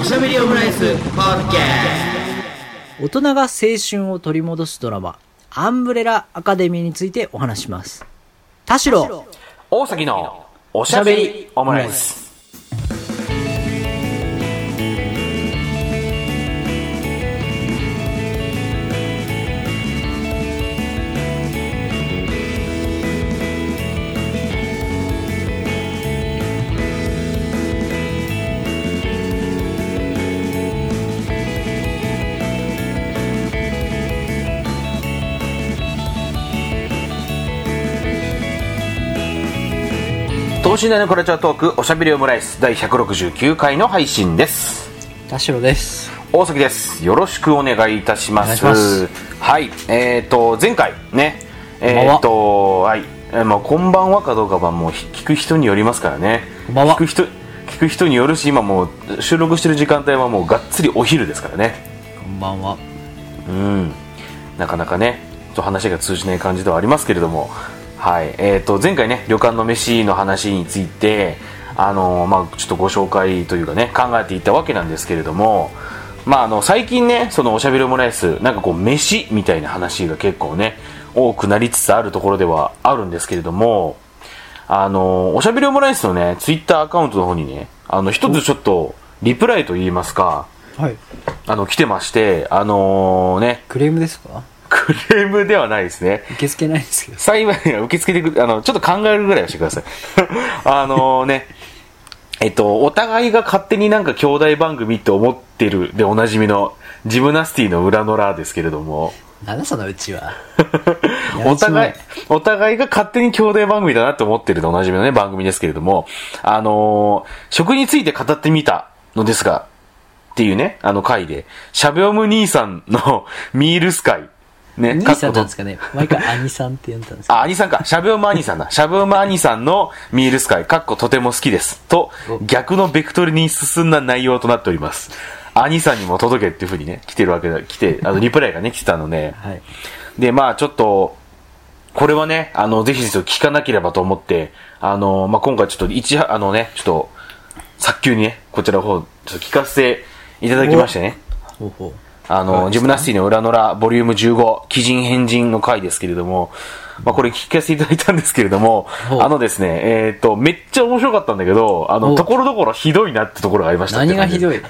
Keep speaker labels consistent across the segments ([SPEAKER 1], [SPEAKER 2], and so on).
[SPEAKER 1] おしゃべりオムライスポッケ
[SPEAKER 2] 大人が青春を取り戻すドラマ、アンブレラアカデミーについてお話します。田代
[SPEAKER 3] 大崎のおしゃべりオムライス。等身大のカルチャートークおしゃべりオムライス第169回の配信です。
[SPEAKER 2] 田代です。
[SPEAKER 3] 大崎です。よろしくお願いいたします。
[SPEAKER 2] お願いし
[SPEAKER 3] はい、えっ、と前回ね、
[SPEAKER 2] ん
[SPEAKER 3] え
[SPEAKER 2] ばん
[SPEAKER 3] っ、
[SPEAKER 2] は
[SPEAKER 3] とはい、えーまあこんばんはかどうかはもうひ聞く人によりますからね。
[SPEAKER 2] こんばんは
[SPEAKER 3] 聞く人聞く人によるし今もう収録してる時間帯はもうがっつりお昼ですからね。
[SPEAKER 2] こんばんは。
[SPEAKER 3] うん、なかなかねちょっと話が通じない感じではありますけれども、はいえー、と前回ね旅館の飯の話について、あのーまあ、ちょっとご紹介というかね考えていったわけなんですけれども、まあ、あの最近ねそのおしゃべりオムライスなんかこう飯みたいな話が結構ね多くなりつつあるところではあるんですけれどもあのーおしゃべりオムライスのねツイッターアカウントの方にねあの一つちょっとリプライといいますか
[SPEAKER 2] はい。
[SPEAKER 3] あの来てましてあのーね
[SPEAKER 2] クレームですか
[SPEAKER 3] クレームではないですね。
[SPEAKER 2] 受け付けないですけど。
[SPEAKER 3] 幸い、受け付けてくあの、ちょっと考えるぐらいはしてください。 あのね、えっと、お互いが勝手になんか兄弟番組って思ってるでおなじみの、ジムナスティの裏のラですけれども、
[SPEAKER 2] なんだそのうちは。
[SPEAKER 3] お互い、お互いが勝手に兄弟番組だなって思ってるでおなじみのね、番組ですけれども、あのー食について語ってみたのですが、っていうね、あの回で、シャベオム兄さんの ミールス会、ね、
[SPEAKER 2] 兄さんなんですかね毎回兄さんって呼んでたんですか
[SPEAKER 3] あ、兄さんか。シャブウマ兄さんだ。シャブウマ兄さんのミールス会、かっことても好きです。と、逆のベクトルに進んだ内容となっております。兄さんにも届けっていうふうにね、来てるわけだ。来て、あの、リプライがね、来てたので、
[SPEAKER 2] はい。
[SPEAKER 3] で、まあちょっと、これはね、あの、ぜひちょっと聞かなければと思って、あの、まあ今回ちょっと一、あのね、ちょっと、早急にね、こちらの方、ちょっと聞かせていただきましてね。
[SPEAKER 2] ほうほう。
[SPEAKER 3] あの、ジムナスティの裏の裏、ボリューム15、鬼人変人の回ですけれども、まあ、これ聞かせていただいたんですけれども、
[SPEAKER 2] ほう
[SPEAKER 3] あのですね、えっ、と、めっちゃ面白かったんだけど、あ
[SPEAKER 2] ほ
[SPEAKER 3] の、
[SPEAKER 2] う
[SPEAKER 3] ところどころひどいなってところがありました
[SPEAKER 2] 何がひど
[SPEAKER 3] い
[SPEAKER 2] い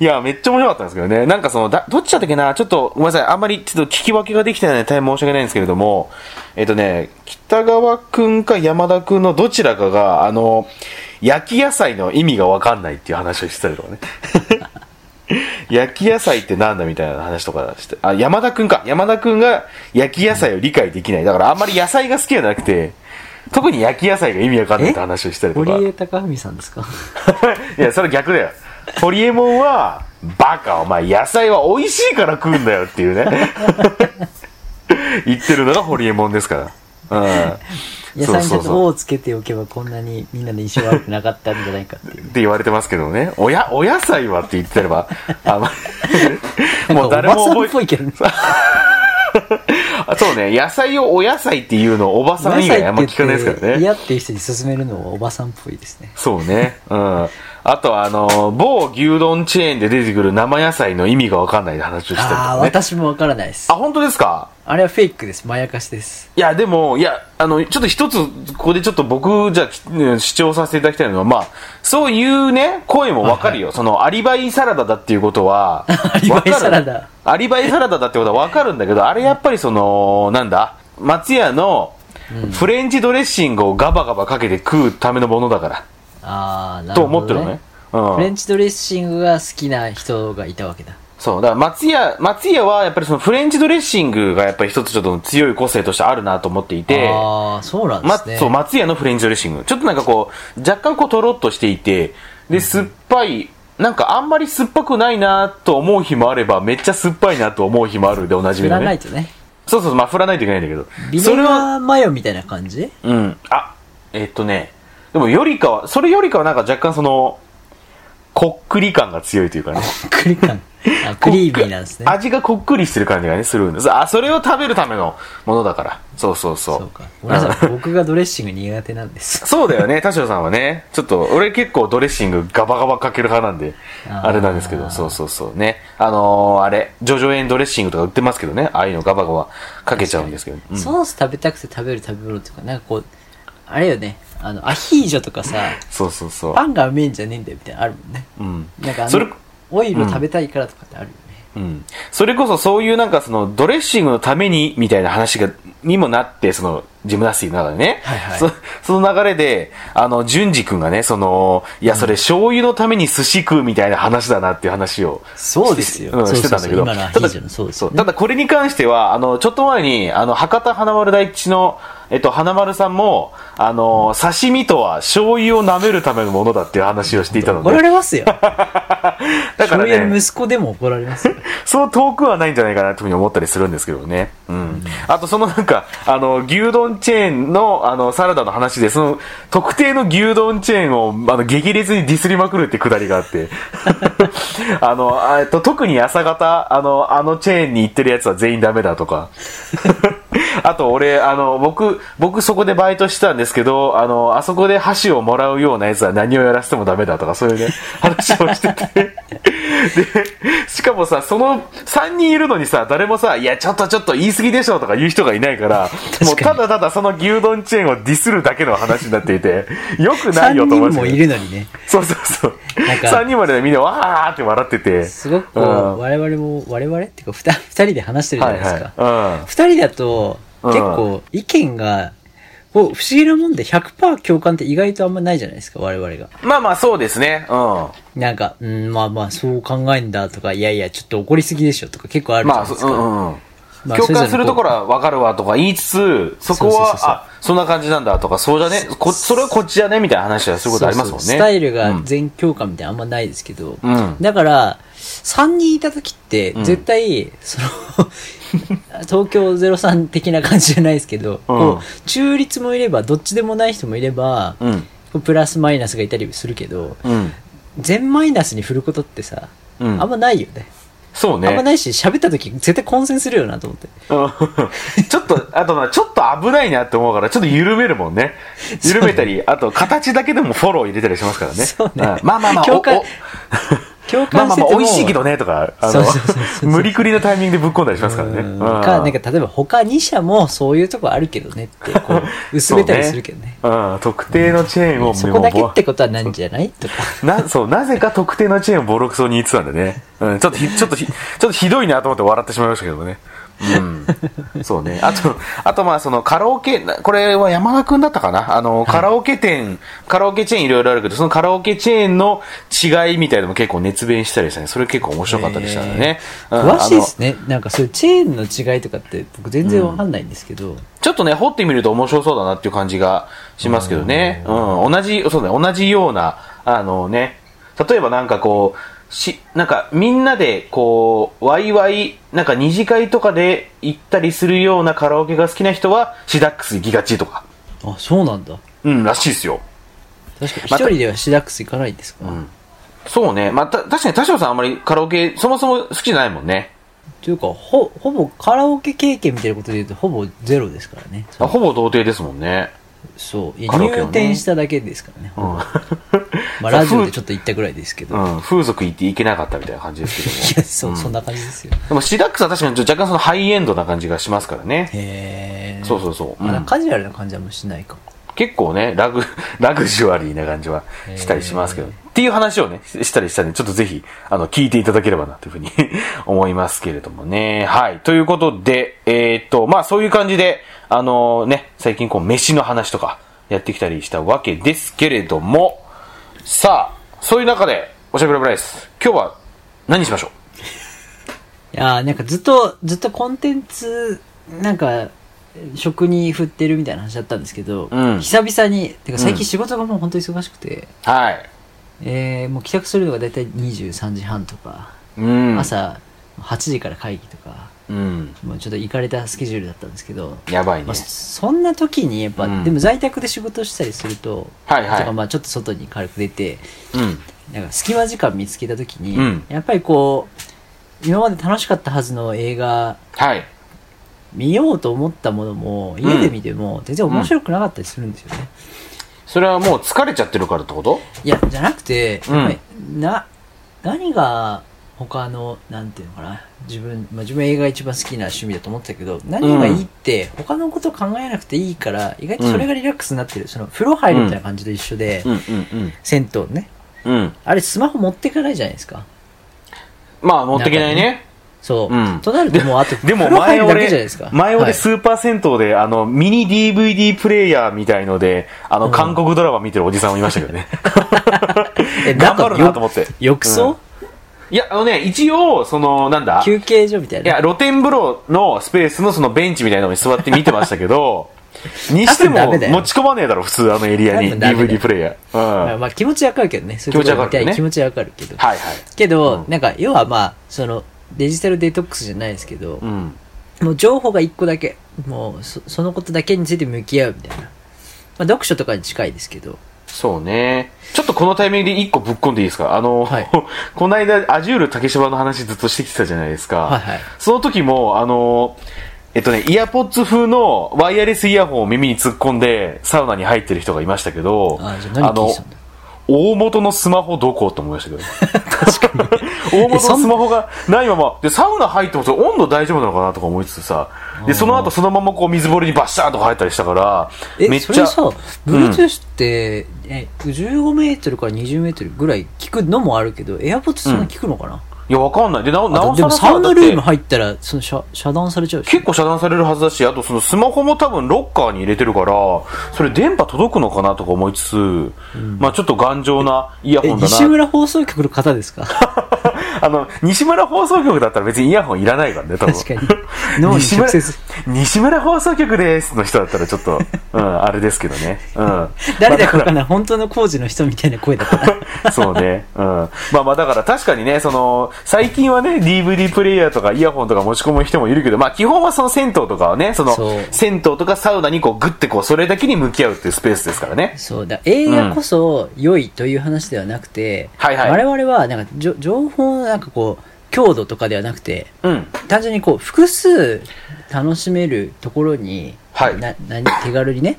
[SPEAKER 3] いや、めっちゃ面白かったんですけどね。なんかその、だどっちだったっけなちょっと、ごめんなさい。あんまり、ちょっと聞き分けができてないので、大変申し訳ないんですけれども、えっ、とね、北川くんか山田くんのどちらかが、あの、焼き野菜の意味がわかんないっていう話をしてたりとかね。焼き野菜ってなんだみたいな話とかして、あ、山田くんか。山田くんが焼き野菜を理解できない。だからあんまり野菜が好きじゃなくて、特に焼き野菜が意味わかんないって話をしたりとか。
[SPEAKER 2] 堀江貴文さんですか
[SPEAKER 3] いや、それ逆だよ。ホリエモンは、バカ、お前、野菜は美味しいから食うんだよっていうね。 言ってるのがホリエモンですから。うん。
[SPEAKER 2] 野菜にち
[SPEAKER 3] そ
[SPEAKER 2] ょ
[SPEAKER 3] う
[SPEAKER 2] っ
[SPEAKER 3] そう
[SPEAKER 2] と「
[SPEAKER 3] そう
[SPEAKER 2] を」つけておけばこんなにみんなの印象悪くなかったんじゃないかっていう。
[SPEAKER 3] って言われてますけどね。おや、お野菜はって言ってれば、あま もう
[SPEAKER 2] なん
[SPEAKER 3] 誰
[SPEAKER 2] かお
[SPEAKER 3] も
[SPEAKER 2] ばさん
[SPEAKER 3] 覚
[SPEAKER 2] っ
[SPEAKER 3] え
[SPEAKER 2] ぽいけどね。
[SPEAKER 3] あそうね、野菜をお野菜っていう のをおばさん以外あんま聞かないですからね。
[SPEAKER 2] 嫌っていう人に勧めるのはおばさんっぽいですね。
[SPEAKER 3] そうね。うん。あとはあの、某牛丼チェーンで出てくる生野菜の意味がわかんない話をしてると
[SPEAKER 2] ああ、
[SPEAKER 3] かね。
[SPEAKER 2] 私もわからないです
[SPEAKER 3] あ、。本当ですか
[SPEAKER 2] あれはフェイクです。まやかしです。
[SPEAKER 3] いや、でも、いや、あの、ちょっと一つ、ここでちょっと僕、じゃあきうん主張させていただきたいのは、まあ、そういうね、声もわかるよ。その、アリバイサラダだっていうことは、
[SPEAKER 2] アリバイサラダ
[SPEAKER 3] わかる。アリバイサラダだってことはわかるんだけど、あれやっぱりその、なんだ、松屋の、フレンチドレッシングをガバガバかけて食うためのものだから、
[SPEAKER 2] ああ、なる
[SPEAKER 3] と
[SPEAKER 2] ほ
[SPEAKER 3] 思って
[SPEAKER 2] ど、ね。
[SPEAKER 3] るのね。うん、
[SPEAKER 2] フレンチドレッシングが好きな人がいたわけだ。
[SPEAKER 3] そう、だから松屋、松屋はやっぱりそのフレンチドレッシングがやっぱり一つちょっと強い個性としてあるなと思っていて、
[SPEAKER 2] ああ、そうなんで
[SPEAKER 3] ます
[SPEAKER 2] ね。
[SPEAKER 3] そう、松屋のフレンチドレッシング。ちょっとなんかこう、若干こう、とろっとしていて、で、酸っぱい、なんかあんまり酸っぱくないなと思う日もあれば、めっちゃ酸っぱいなと思う日もあるで、おなじ
[SPEAKER 2] 振
[SPEAKER 3] みの
[SPEAKER 2] らない
[SPEAKER 3] ね。
[SPEAKER 2] とね。
[SPEAKER 3] そうそう、まあ、振らないといけないんだけど。
[SPEAKER 2] ビネ
[SPEAKER 3] それは、
[SPEAKER 2] ガーマヨみたいな感じ
[SPEAKER 3] うん。あ、えっとね、でもよりかは、それよりかはなんか若干その、こっくり感が強いというかね。
[SPEAKER 2] クリ感あクリーミーなんですね
[SPEAKER 3] 味がこっくりしてる感じがね、するんです。あ、それを食べるためのものだから。そうそうそう。
[SPEAKER 2] そうかごめんなさい僕がドレッシング苦手なんです
[SPEAKER 3] そうだよね、田代さんはね。ちょっと、俺結構ドレッシングガバガバかける派なんで、
[SPEAKER 2] あ
[SPEAKER 3] あ
[SPEAKER 2] ー
[SPEAKER 3] れなんですけど、そうそうそうね。あのー、あれ、ジョジョ園ドレッシングとか売ってますけどね、ああいうのガバガバかけちゃうんですけど。うん
[SPEAKER 2] ソース食べたくて食べる食べ物とかなんかこうあれよねあのアヒージョとかさ
[SPEAKER 3] そうそうそう。
[SPEAKER 2] パンがうめえんじゃねえんだよみたいなのあるもんね
[SPEAKER 3] うん。
[SPEAKER 2] なんかあの
[SPEAKER 3] それ
[SPEAKER 2] オイル食べたいからとかってあるよね、
[SPEAKER 3] うん。それこそそういうなんかそのドレッシングのためにみたいな話が、にもなって、そのジムナスティックの中でね。
[SPEAKER 2] はいはい
[SPEAKER 3] そその流れで、あの、淳二君がね、その、いや、それ醤油のために寿司食うみたいな話だなっていう話を。
[SPEAKER 2] そうですよ
[SPEAKER 3] うん、
[SPEAKER 2] そう
[SPEAKER 3] し
[SPEAKER 2] そ
[SPEAKER 3] て
[SPEAKER 2] うそう
[SPEAKER 3] た
[SPEAKER 2] ん
[SPEAKER 3] だけど。
[SPEAKER 2] 今のアヒージョのそうですよね
[SPEAKER 3] ただこれに関しては、あの、ちょっと前に、あの、博多華丸大吉の、えっと、花丸さんも、あの、刺身とは醤油を舐めるためのものだっていう話をしていたの
[SPEAKER 2] 怒ら
[SPEAKER 3] で。
[SPEAKER 2] れますよ、
[SPEAKER 3] だか
[SPEAKER 2] 醤
[SPEAKER 3] ら
[SPEAKER 2] 油の
[SPEAKER 3] ね、
[SPEAKER 2] 息子でも怒られますよ
[SPEAKER 3] そう遠くはないんじゃないかなというふうに思ったりするんですけどね。うん。あと、そのなんか、あの、牛丼チェーンの、あの、サラダの話で、その、特定の牛丼チェーンを、あの、激烈にディスりまくるってくだりがあって。 あの、あえっと、特に朝方、あの、あのチェーンに行ってるやつは全員ダメだとか。 あと、俺、あの、僕、僕そこでバイトしてたんですけど、あの、あそこで箸をもらうようなやつは何をやらせてもダメだとか、そうい うね、話をしてて。で、しかもさ、その3人いるのにさ、誰もさ、いや、ちょっとちょっと言い過ぎでしょとか言う人がいないから、もうただただその牛丼チェーンをディスるだけの話になっていて、よく ないよ
[SPEAKER 2] 3人
[SPEAKER 3] と思いました
[SPEAKER 2] も
[SPEAKER 3] けど
[SPEAKER 2] いるのにね
[SPEAKER 3] そうそうそう。
[SPEAKER 2] なんか
[SPEAKER 3] 3人までみんなわーって笑ってて。
[SPEAKER 2] すごくこ
[SPEAKER 3] う
[SPEAKER 2] うん我々も我々っていうか 2, 人で話してるじゃないですか、
[SPEAKER 3] はいはい。
[SPEAKER 2] 二人だと、
[SPEAKER 3] うん
[SPEAKER 2] 結構意見が、こう不思議なもんで100%共感って意外とあんまないじゃないですか、我々が。
[SPEAKER 3] うん。まあまあそうですね。うん。
[SPEAKER 2] なんか、うん、まあまあ、そう考えんだとか、いやいや、ちょっと怒りすぎでしょとか結構あるじゃ
[SPEAKER 3] ま
[SPEAKER 2] な
[SPEAKER 3] あ、
[SPEAKER 2] いです
[SPEAKER 3] そ
[SPEAKER 2] か。
[SPEAKER 3] うんうん。
[SPEAKER 2] まあ
[SPEAKER 3] 共感するとこ
[SPEAKER 2] ろ
[SPEAKER 3] ろはわかるわとか言いつつ、そこは、
[SPEAKER 2] そうそうそうそう
[SPEAKER 3] あ、そんな感じなんだとか、そうじゃね、こそれはこっちじゃねみたいな話はすることありますもんね。
[SPEAKER 2] スタイルが全共感みたいなのあんまないですけど、
[SPEAKER 3] うん
[SPEAKER 2] だから、3人いた時って、絶対、その、 東京03的な感じじゃないですけど、こう中立もいれば、どっちでもない人もいれば、
[SPEAKER 3] うん。うん。
[SPEAKER 2] プラスマイナスがいたりするけど、
[SPEAKER 3] うん。
[SPEAKER 2] 全マイナスに振ることってさ、
[SPEAKER 3] うん
[SPEAKER 2] あんまないよね
[SPEAKER 3] そうね。
[SPEAKER 2] あんまないし喋った時絶対混戦するよなと思って
[SPEAKER 3] うん ちょっと、あとな、ちょっと危ないなって思うから、ちょっと緩めるも んね。緩めたり、あと、形だけでもフォロー入れたりしますからね。
[SPEAKER 2] そうね
[SPEAKER 3] んまあまあまあ、
[SPEAKER 2] 共感
[SPEAKER 3] おお
[SPEAKER 2] 共感して
[SPEAKER 3] まあまあま
[SPEAKER 2] て
[SPEAKER 3] あ、
[SPEAKER 2] も
[SPEAKER 3] 美味しいけどね、とか、あ
[SPEAKER 2] そうそうそうそ
[SPEAKER 3] の、無理くりのタイミングでぶっ込んだりしますからね。
[SPEAKER 2] う
[SPEAKER 3] うんん
[SPEAKER 2] かなんか例えば他2社もそういうとこあるけどねってこ う薄めたりするけどね
[SPEAKER 3] うん、特定のチェーンを、
[SPEAKER 2] そこだけ
[SPEAKER 3] もう
[SPEAKER 2] ってことはないんじゃないとか
[SPEAKER 3] な、 そう、なぜか特定のチェーンをボロクソに言ってたんでね。うん、ちょっとひ、ちょっとひ、ちょっとひどいなと思って笑ってしまいましたけどね。うん。そうね。あと、あとまあそのカラオケ、なこれは山田くんだったかなあの、カラオケ店、カラオケチェーンいろいろあるけど、そのカラオケチェーンの違いみたいなのも結構熱弁したりしたね。それ結構面白かったりしたんでね。うん
[SPEAKER 2] 詳しいで
[SPEAKER 3] あの
[SPEAKER 2] すねなんかそういうチェーンの違いとかって僕全然わかんないんですけど、
[SPEAKER 3] ちょっとね、掘ってみると面白そうだなっていう感じがしますけどね。うん、同じ、そうだね、同じような、あのね、例えばなんかこう、し、なんかみんなでこう、ワイワイ、なんか二次会とかで行ったりするようなカラオケが好きな人は、シダックス行きがちとか。
[SPEAKER 2] あそうなんだ
[SPEAKER 3] うん、らしいですよ。
[SPEAKER 2] 確かに一
[SPEAKER 3] また
[SPEAKER 2] 人ではシダックス行かないんですか、
[SPEAKER 3] そうね。まあ、た、確かに田代さんあんまりカラオケ、そもそも好きじゃないもんね。
[SPEAKER 2] というかほほぼカラオケ経験みたいなことで言うとほぼゼロですからね
[SPEAKER 3] あほぼ童貞ですもんね。
[SPEAKER 2] そう、
[SPEAKER 3] カラオケをね
[SPEAKER 2] 入店しただけですからね、
[SPEAKER 3] うん。
[SPEAKER 2] まあ、ラジオでちょっと行ったぐらいですけど、 い
[SPEAKER 3] うん、風俗行って行けなかったみたいな感じですけども。
[SPEAKER 2] やそう、そんな感じですよ
[SPEAKER 3] でもシダックスは確かにちょっと若干そのハイエンドな感じがしますからね。
[SPEAKER 2] へえ
[SPEAKER 3] そう
[SPEAKER 2] う、
[SPEAKER 3] そうそう、
[SPEAKER 2] ま
[SPEAKER 3] う
[SPEAKER 2] だ
[SPEAKER 3] ん
[SPEAKER 2] カジュアルな感じはもうしないかも
[SPEAKER 3] 結構ねラグ ラグジュアリーな感じはしたりしますけど、っていう話をねししたりしたんでちょっとぜひあの聞いていただければなというふうに 思いますけれどもねはいということでえーっとまあそういう感じであのね最近こう飯の話とかやってきたりしたわけですけれどもさあそういう中でおしゃべりオムライス今日は何しましょ
[SPEAKER 2] いやーなんかずっとずっとコンテンツなんか食に振ってるみたいな話だったんですけど、
[SPEAKER 3] うん
[SPEAKER 2] 久々にてか最近仕事がもう本当に忙しくて、
[SPEAKER 3] うはい
[SPEAKER 2] えーもう帰宅するのが大体23時半とか、
[SPEAKER 3] うん
[SPEAKER 2] 朝8時から会議とか、
[SPEAKER 3] うん
[SPEAKER 2] もうちょっと行かれたスケジュールだったんですけど、
[SPEAKER 3] やばい
[SPEAKER 2] ま
[SPEAKER 3] ね
[SPEAKER 2] あ、そんな時にやっぱ、
[SPEAKER 3] うん
[SPEAKER 2] でも在宅で仕事したりすると、
[SPEAKER 3] はいはい
[SPEAKER 2] とかまあちょっと外に軽く出て
[SPEAKER 3] うん
[SPEAKER 2] なんか隙間時間見つけた時に、
[SPEAKER 3] うん
[SPEAKER 2] やっぱりこう今まで楽しかったはずの映画
[SPEAKER 3] はい
[SPEAKER 2] 見ようと思ったものも家で見ても全然面白くなかったりするんですよね、
[SPEAKER 3] それはもう疲れちゃってるからってこと
[SPEAKER 2] いやじゃなくて、
[SPEAKER 3] うん
[SPEAKER 2] やっぱりな何が他のなんていうのかな自分、まあ、自分映画が一番好きな趣味だと思ってたけど何がいいって他のこと考えなくていいから意外とそれがリラックスになってる、その風呂入るみたいな感じと一緒で、
[SPEAKER 3] うんうん
[SPEAKER 2] 銭湯ね
[SPEAKER 3] うんうん
[SPEAKER 2] あれスマホ持ってかないじゃないですか
[SPEAKER 3] まあ持ってけないね
[SPEAKER 2] そう、
[SPEAKER 3] うん
[SPEAKER 2] となるともうあと
[SPEAKER 3] でも
[SPEAKER 2] 風呂入
[SPEAKER 3] 前
[SPEAKER 2] るだけじゃない
[SPEAKER 3] 俺
[SPEAKER 2] ですか、
[SPEAKER 3] 前
[SPEAKER 2] は
[SPEAKER 3] 俺
[SPEAKER 2] い
[SPEAKER 3] スーパー銭湯で、あの、ミニ DVD プレイヤーみたいので、あの、韓国ドラマ見てるおじさんもいましたけどね。
[SPEAKER 2] え
[SPEAKER 3] 頑張るな
[SPEAKER 2] よ
[SPEAKER 3] と思って。
[SPEAKER 2] 浴槽、
[SPEAKER 3] いや、あのね、一応、その、なんだ
[SPEAKER 2] 休憩所みたい
[SPEAKER 3] いや、
[SPEAKER 2] な
[SPEAKER 3] 露天風呂のスペースのそのベンチみたいなのに座って見てましたけ ど、にし
[SPEAKER 2] 多
[SPEAKER 3] て
[SPEAKER 2] 分ダ
[SPEAKER 3] も
[SPEAKER 2] メだよ
[SPEAKER 3] 持ち込まねえだろ、普通あのエリアに
[SPEAKER 2] 多分ダメだよ
[SPEAKER 3] DVD プレイヤ
[SPEAKER 2] ま
[SPEAKER 3] ー。う
[SPEAKER 2] あ、
[SPEAKER 3] ん。
[SPEAKER 2] まあ気持ちわかるけどねそういうところ見たい気
[SPEAKER 3] 気
[SPEAKER 2] 持
[SPEAKER 3] 持
[SPEAKER 2] ちわかるけど
[SPEAKER 3] はいはい。
[SPEAKER 2] けど、
[SPEAKER 3] うん
[SPEAKER 2] なんか要はまあそのデジタルデトックスじゃないですけど
[SPEAKER 3] う、ん。
[SPEAKER 2] もう情報が一個だけもうそそのことだけについて向き合うみたいな、まあ、読書とかに近いですけど
[SPEAKER 3] そうね。ちょっとこのタイミングで一個ぶっこんでいいですかあの、
[SPEAKER 2] はい
[SPEAKER 3] この間、アジュール竹芝の話ずっとしてきてたじゃないですか。
[SPEAKER 2] はいはい
[SPEAKER 3] その時も、あの、えっとね、イヤポッツ風のワイヤレスイヤホンを耳に突っ込んで、サウナに入ってる人がいましたけど、
[SPEAKER 2] あーじゃあ何聞いてたんだ
[SPEAKER 3] 大元のスマホどこと思いましたけど。 大元のスマホがないまま、で、サウナ入ってもそれ温度大丈夫なのかなとか思いつつさ、で、その後そのままこう水堀にバッシャーとか入ったりしたから、
[SPEAKER 2] え
[SPEAKER 3] めっ
[SPEAKER 2] そ
[SPEAKER 3] ちゃ
[SPEAKER 2] れ、さ Bluetooth って、え15メートルから20メートルぐらい聞くのもあるけど AirPods そんな聞くのかな、
[SPEAKER 3] いや、わかんない。で、なお、
[SPEAKER 2] あ
[SPEAKER 3] な
[SPEAKER 2] と
[SPEAKER 3] お
[SPEAKER 2] で
[SPEAKER 3] さ
[SPEAKER 2] も
[SPEAKER 3] らさ
[SPEAKER 2] サウナルーム
[SPEAKER 3] だって
[SPEAKER 2] 入ったらその遮遮断されちゃうでしょ
[SPEAKER 3] 結構遮断されるはずだし、あとそのスマホも多分ロッカーに入れてるから、それ電波届くのかなとか思いつつ、まあちょっと頑丈なイヤ
[SPEAKER 2] え
[SPEAKER 3] ホンだ
[SPEAKER 2] 西
[SPEAKER 3] な。
[SPEAKER 2] 村放送局の方ですか
[SPEAKER 3] あの、西村放送局だったら別にイヤホンいらないからね、多分。
[SPEAKER 2] 確かに脳に
[SPEAKER 3] 西村
[SPEAKER 2] 直接
[SPEAKER 3] 西村放送局ですの人だったらちょっと、うん、あれですけどね。うん。
[SPEAKER 2] 誰だか
[SPEAKER 3] ま
[SPEAKER 2] わ
[SPEAKER 3] あ
[SPEAKER 2] かんない本当の工事の人みたいな声だから
[SPEAKER 3] ら。 そうね。うん。まあまあだから確かにね、その、最近はね、DVD プレイヤーとかイヤホンとか持ち込む人もいるけど、まあ基本はその銭湯とかはね、その
[SPEAKER 2] そう、
[SPEAKER 3] 銭湯とかサウナにこうグッてこう、それだけに向き合うっていうスペースですからね。
[SPEAKER 2] そうだ映画こそ良いという話ではなくて、
[SPEAKER 3] はいはい
[SPEAKER 2] 我々はなんかじょ情報のなんかこう強度とかではなくて
[SPEAKER 3] うん。
[SPEAKER 2] 単純にこう複数楽しめるところに、
[SPEAKER 3] はい
[SPEAKER 2] なな手軽にね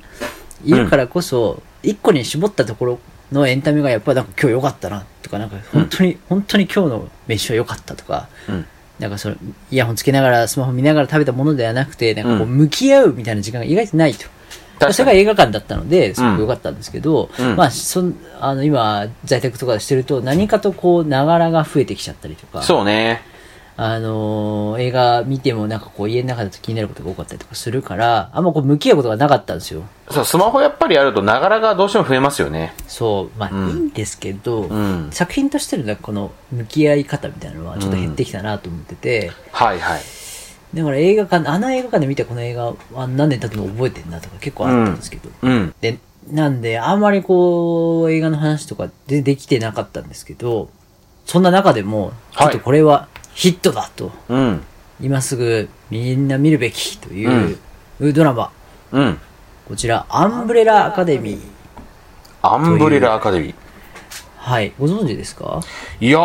[SPEAKER 2] いるからこそ、一個に絞ったところのエンタメがやっぱなんか今日良かったなとかなんか本当に、本当に今日の飯は良かったとか、
[SPEAKER 3] うん
[SPEAKER 2] なんかそのイヤホンつけながらスマホ見ながら食べたものではなくてなんかこう
[SPEAKER 3] う
[SPEAKER 2] 向き合うみたいな時間が意外とないと。
[SPEAKER 3] 確
[SPEAKER 2] そ
[SPEAKER 3] か
[SPEAKER 2] れが
[SPEAKER 3] に。
[SPEAKER 2] 映画館だったのですごく良かったんですけど、
[SPEAKER 3] うん
[SPEAKER 2] まあ、そんあの今在宅とかしてると何かとこうながらが増えてきちゃったりとか
[SPEAKER 3] そうね。
[SPEAKER 2] あのー映画見てもなんかこう家の中だと気になることが多かったりとかするから、あんまこう向き合うことがなかったんですよ。
[SPEAKER 3] そう、スマホやっぱりあると、ながらがどうしても増えますよね。
[SPEAKER 2] そう、まあ、
[SPEAKER 3] うん
[SPEAKER 2] いいんですけど、
[SPEAKER 3] ん
[SPEAKER 2] 作品としてのなんかこの向き合い方みたいなのはちょっと減ってきたなと思ってて、
[SPEAKER 3] はいはい。
[SPEAKER 2] だから映画館、あの映画館で見たこの映画は何年経っても覚えてるなとか結構あったんですけど、
[SPEAKER 3] うん。
[SPEAKER 2] で、なんであんまりこう映画の話とかでできてなかったんですけど、そんな中でも、ちょっとこれはヒットだと。
[SPEAKER 3] うん。
[SPEAKER 2] 今すぐみんな見るべきというドラマ、
[SPEAKER 3] うん。
[SPEAKER 2] こちら、アンブレラアカデミー。
[SPEAKER 3] アンブレラアカデミー。
[SPEAKER 2] はい、ご存知ですか
[SPEAKER 3] いや、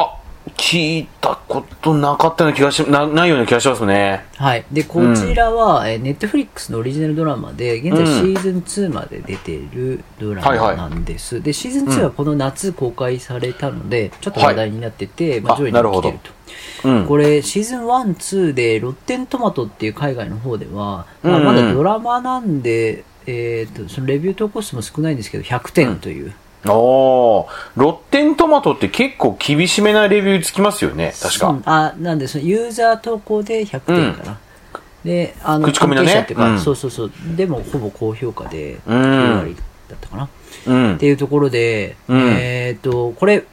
[SPEAKER 3] 聞いたことなかったような気がし、なないような気がしますね。
[SPEAKER 2] はい。で、こちらは、えネットフリックスのオリジナルドラマで、現在シーズン2まで出ているドラ
[SPEAKER 3] はいは
[SPEAKER 2] マ
[SPEAKER 3] い
[SPEAKER 2] なんです。で、シーズン2はこの夏公開されたので、ちょっと話題になってて、まあ、
[SPEAKER 3] あ
[SPEAKER 2] 上位に
[SPEAKER 3] なる
[SPEAKER 2] 来
[SPEAKER 3] ほ
[SPEAKER 2] て
[SPEAKER 3] ど
[SPEAKER 2] ると。
[SPEAKER 3] うん。
[SPEAKER 2] これ、シーズン1、2で、ロッテントマトっていう海外の方では、まあ、
[SPEAKER 3] うんうん
[SPEAKER 2] まだドラマなんで、えっ、と、そのレビュー投稿数も少ないんですけど、100点という。
[SPEAKER 3] おー、ロッテントマトって結構厳しめなレビューつきますよね、確
[SPEAKER 2] う
[SPEAKER 3] か
[SPEAKER 2] ん。あなんでそのユーザー投稿で100点かな、であの
[SPEAKER 3] 口コミのね
[SPEAKER 2] 関係者っていうか、
[SPEAKER 3] うん
[SPEAKER 2] そうそうそうでもほぼ高評価で
[SPEAKER 3] うん
[SPEAKER 2] 9割だったかな、
[SPEAKER 3] うん
[SPEAKER 2] って。いうところで、
[SPEAKER 3] うん
[SPEAKER 2] えっ、とこれ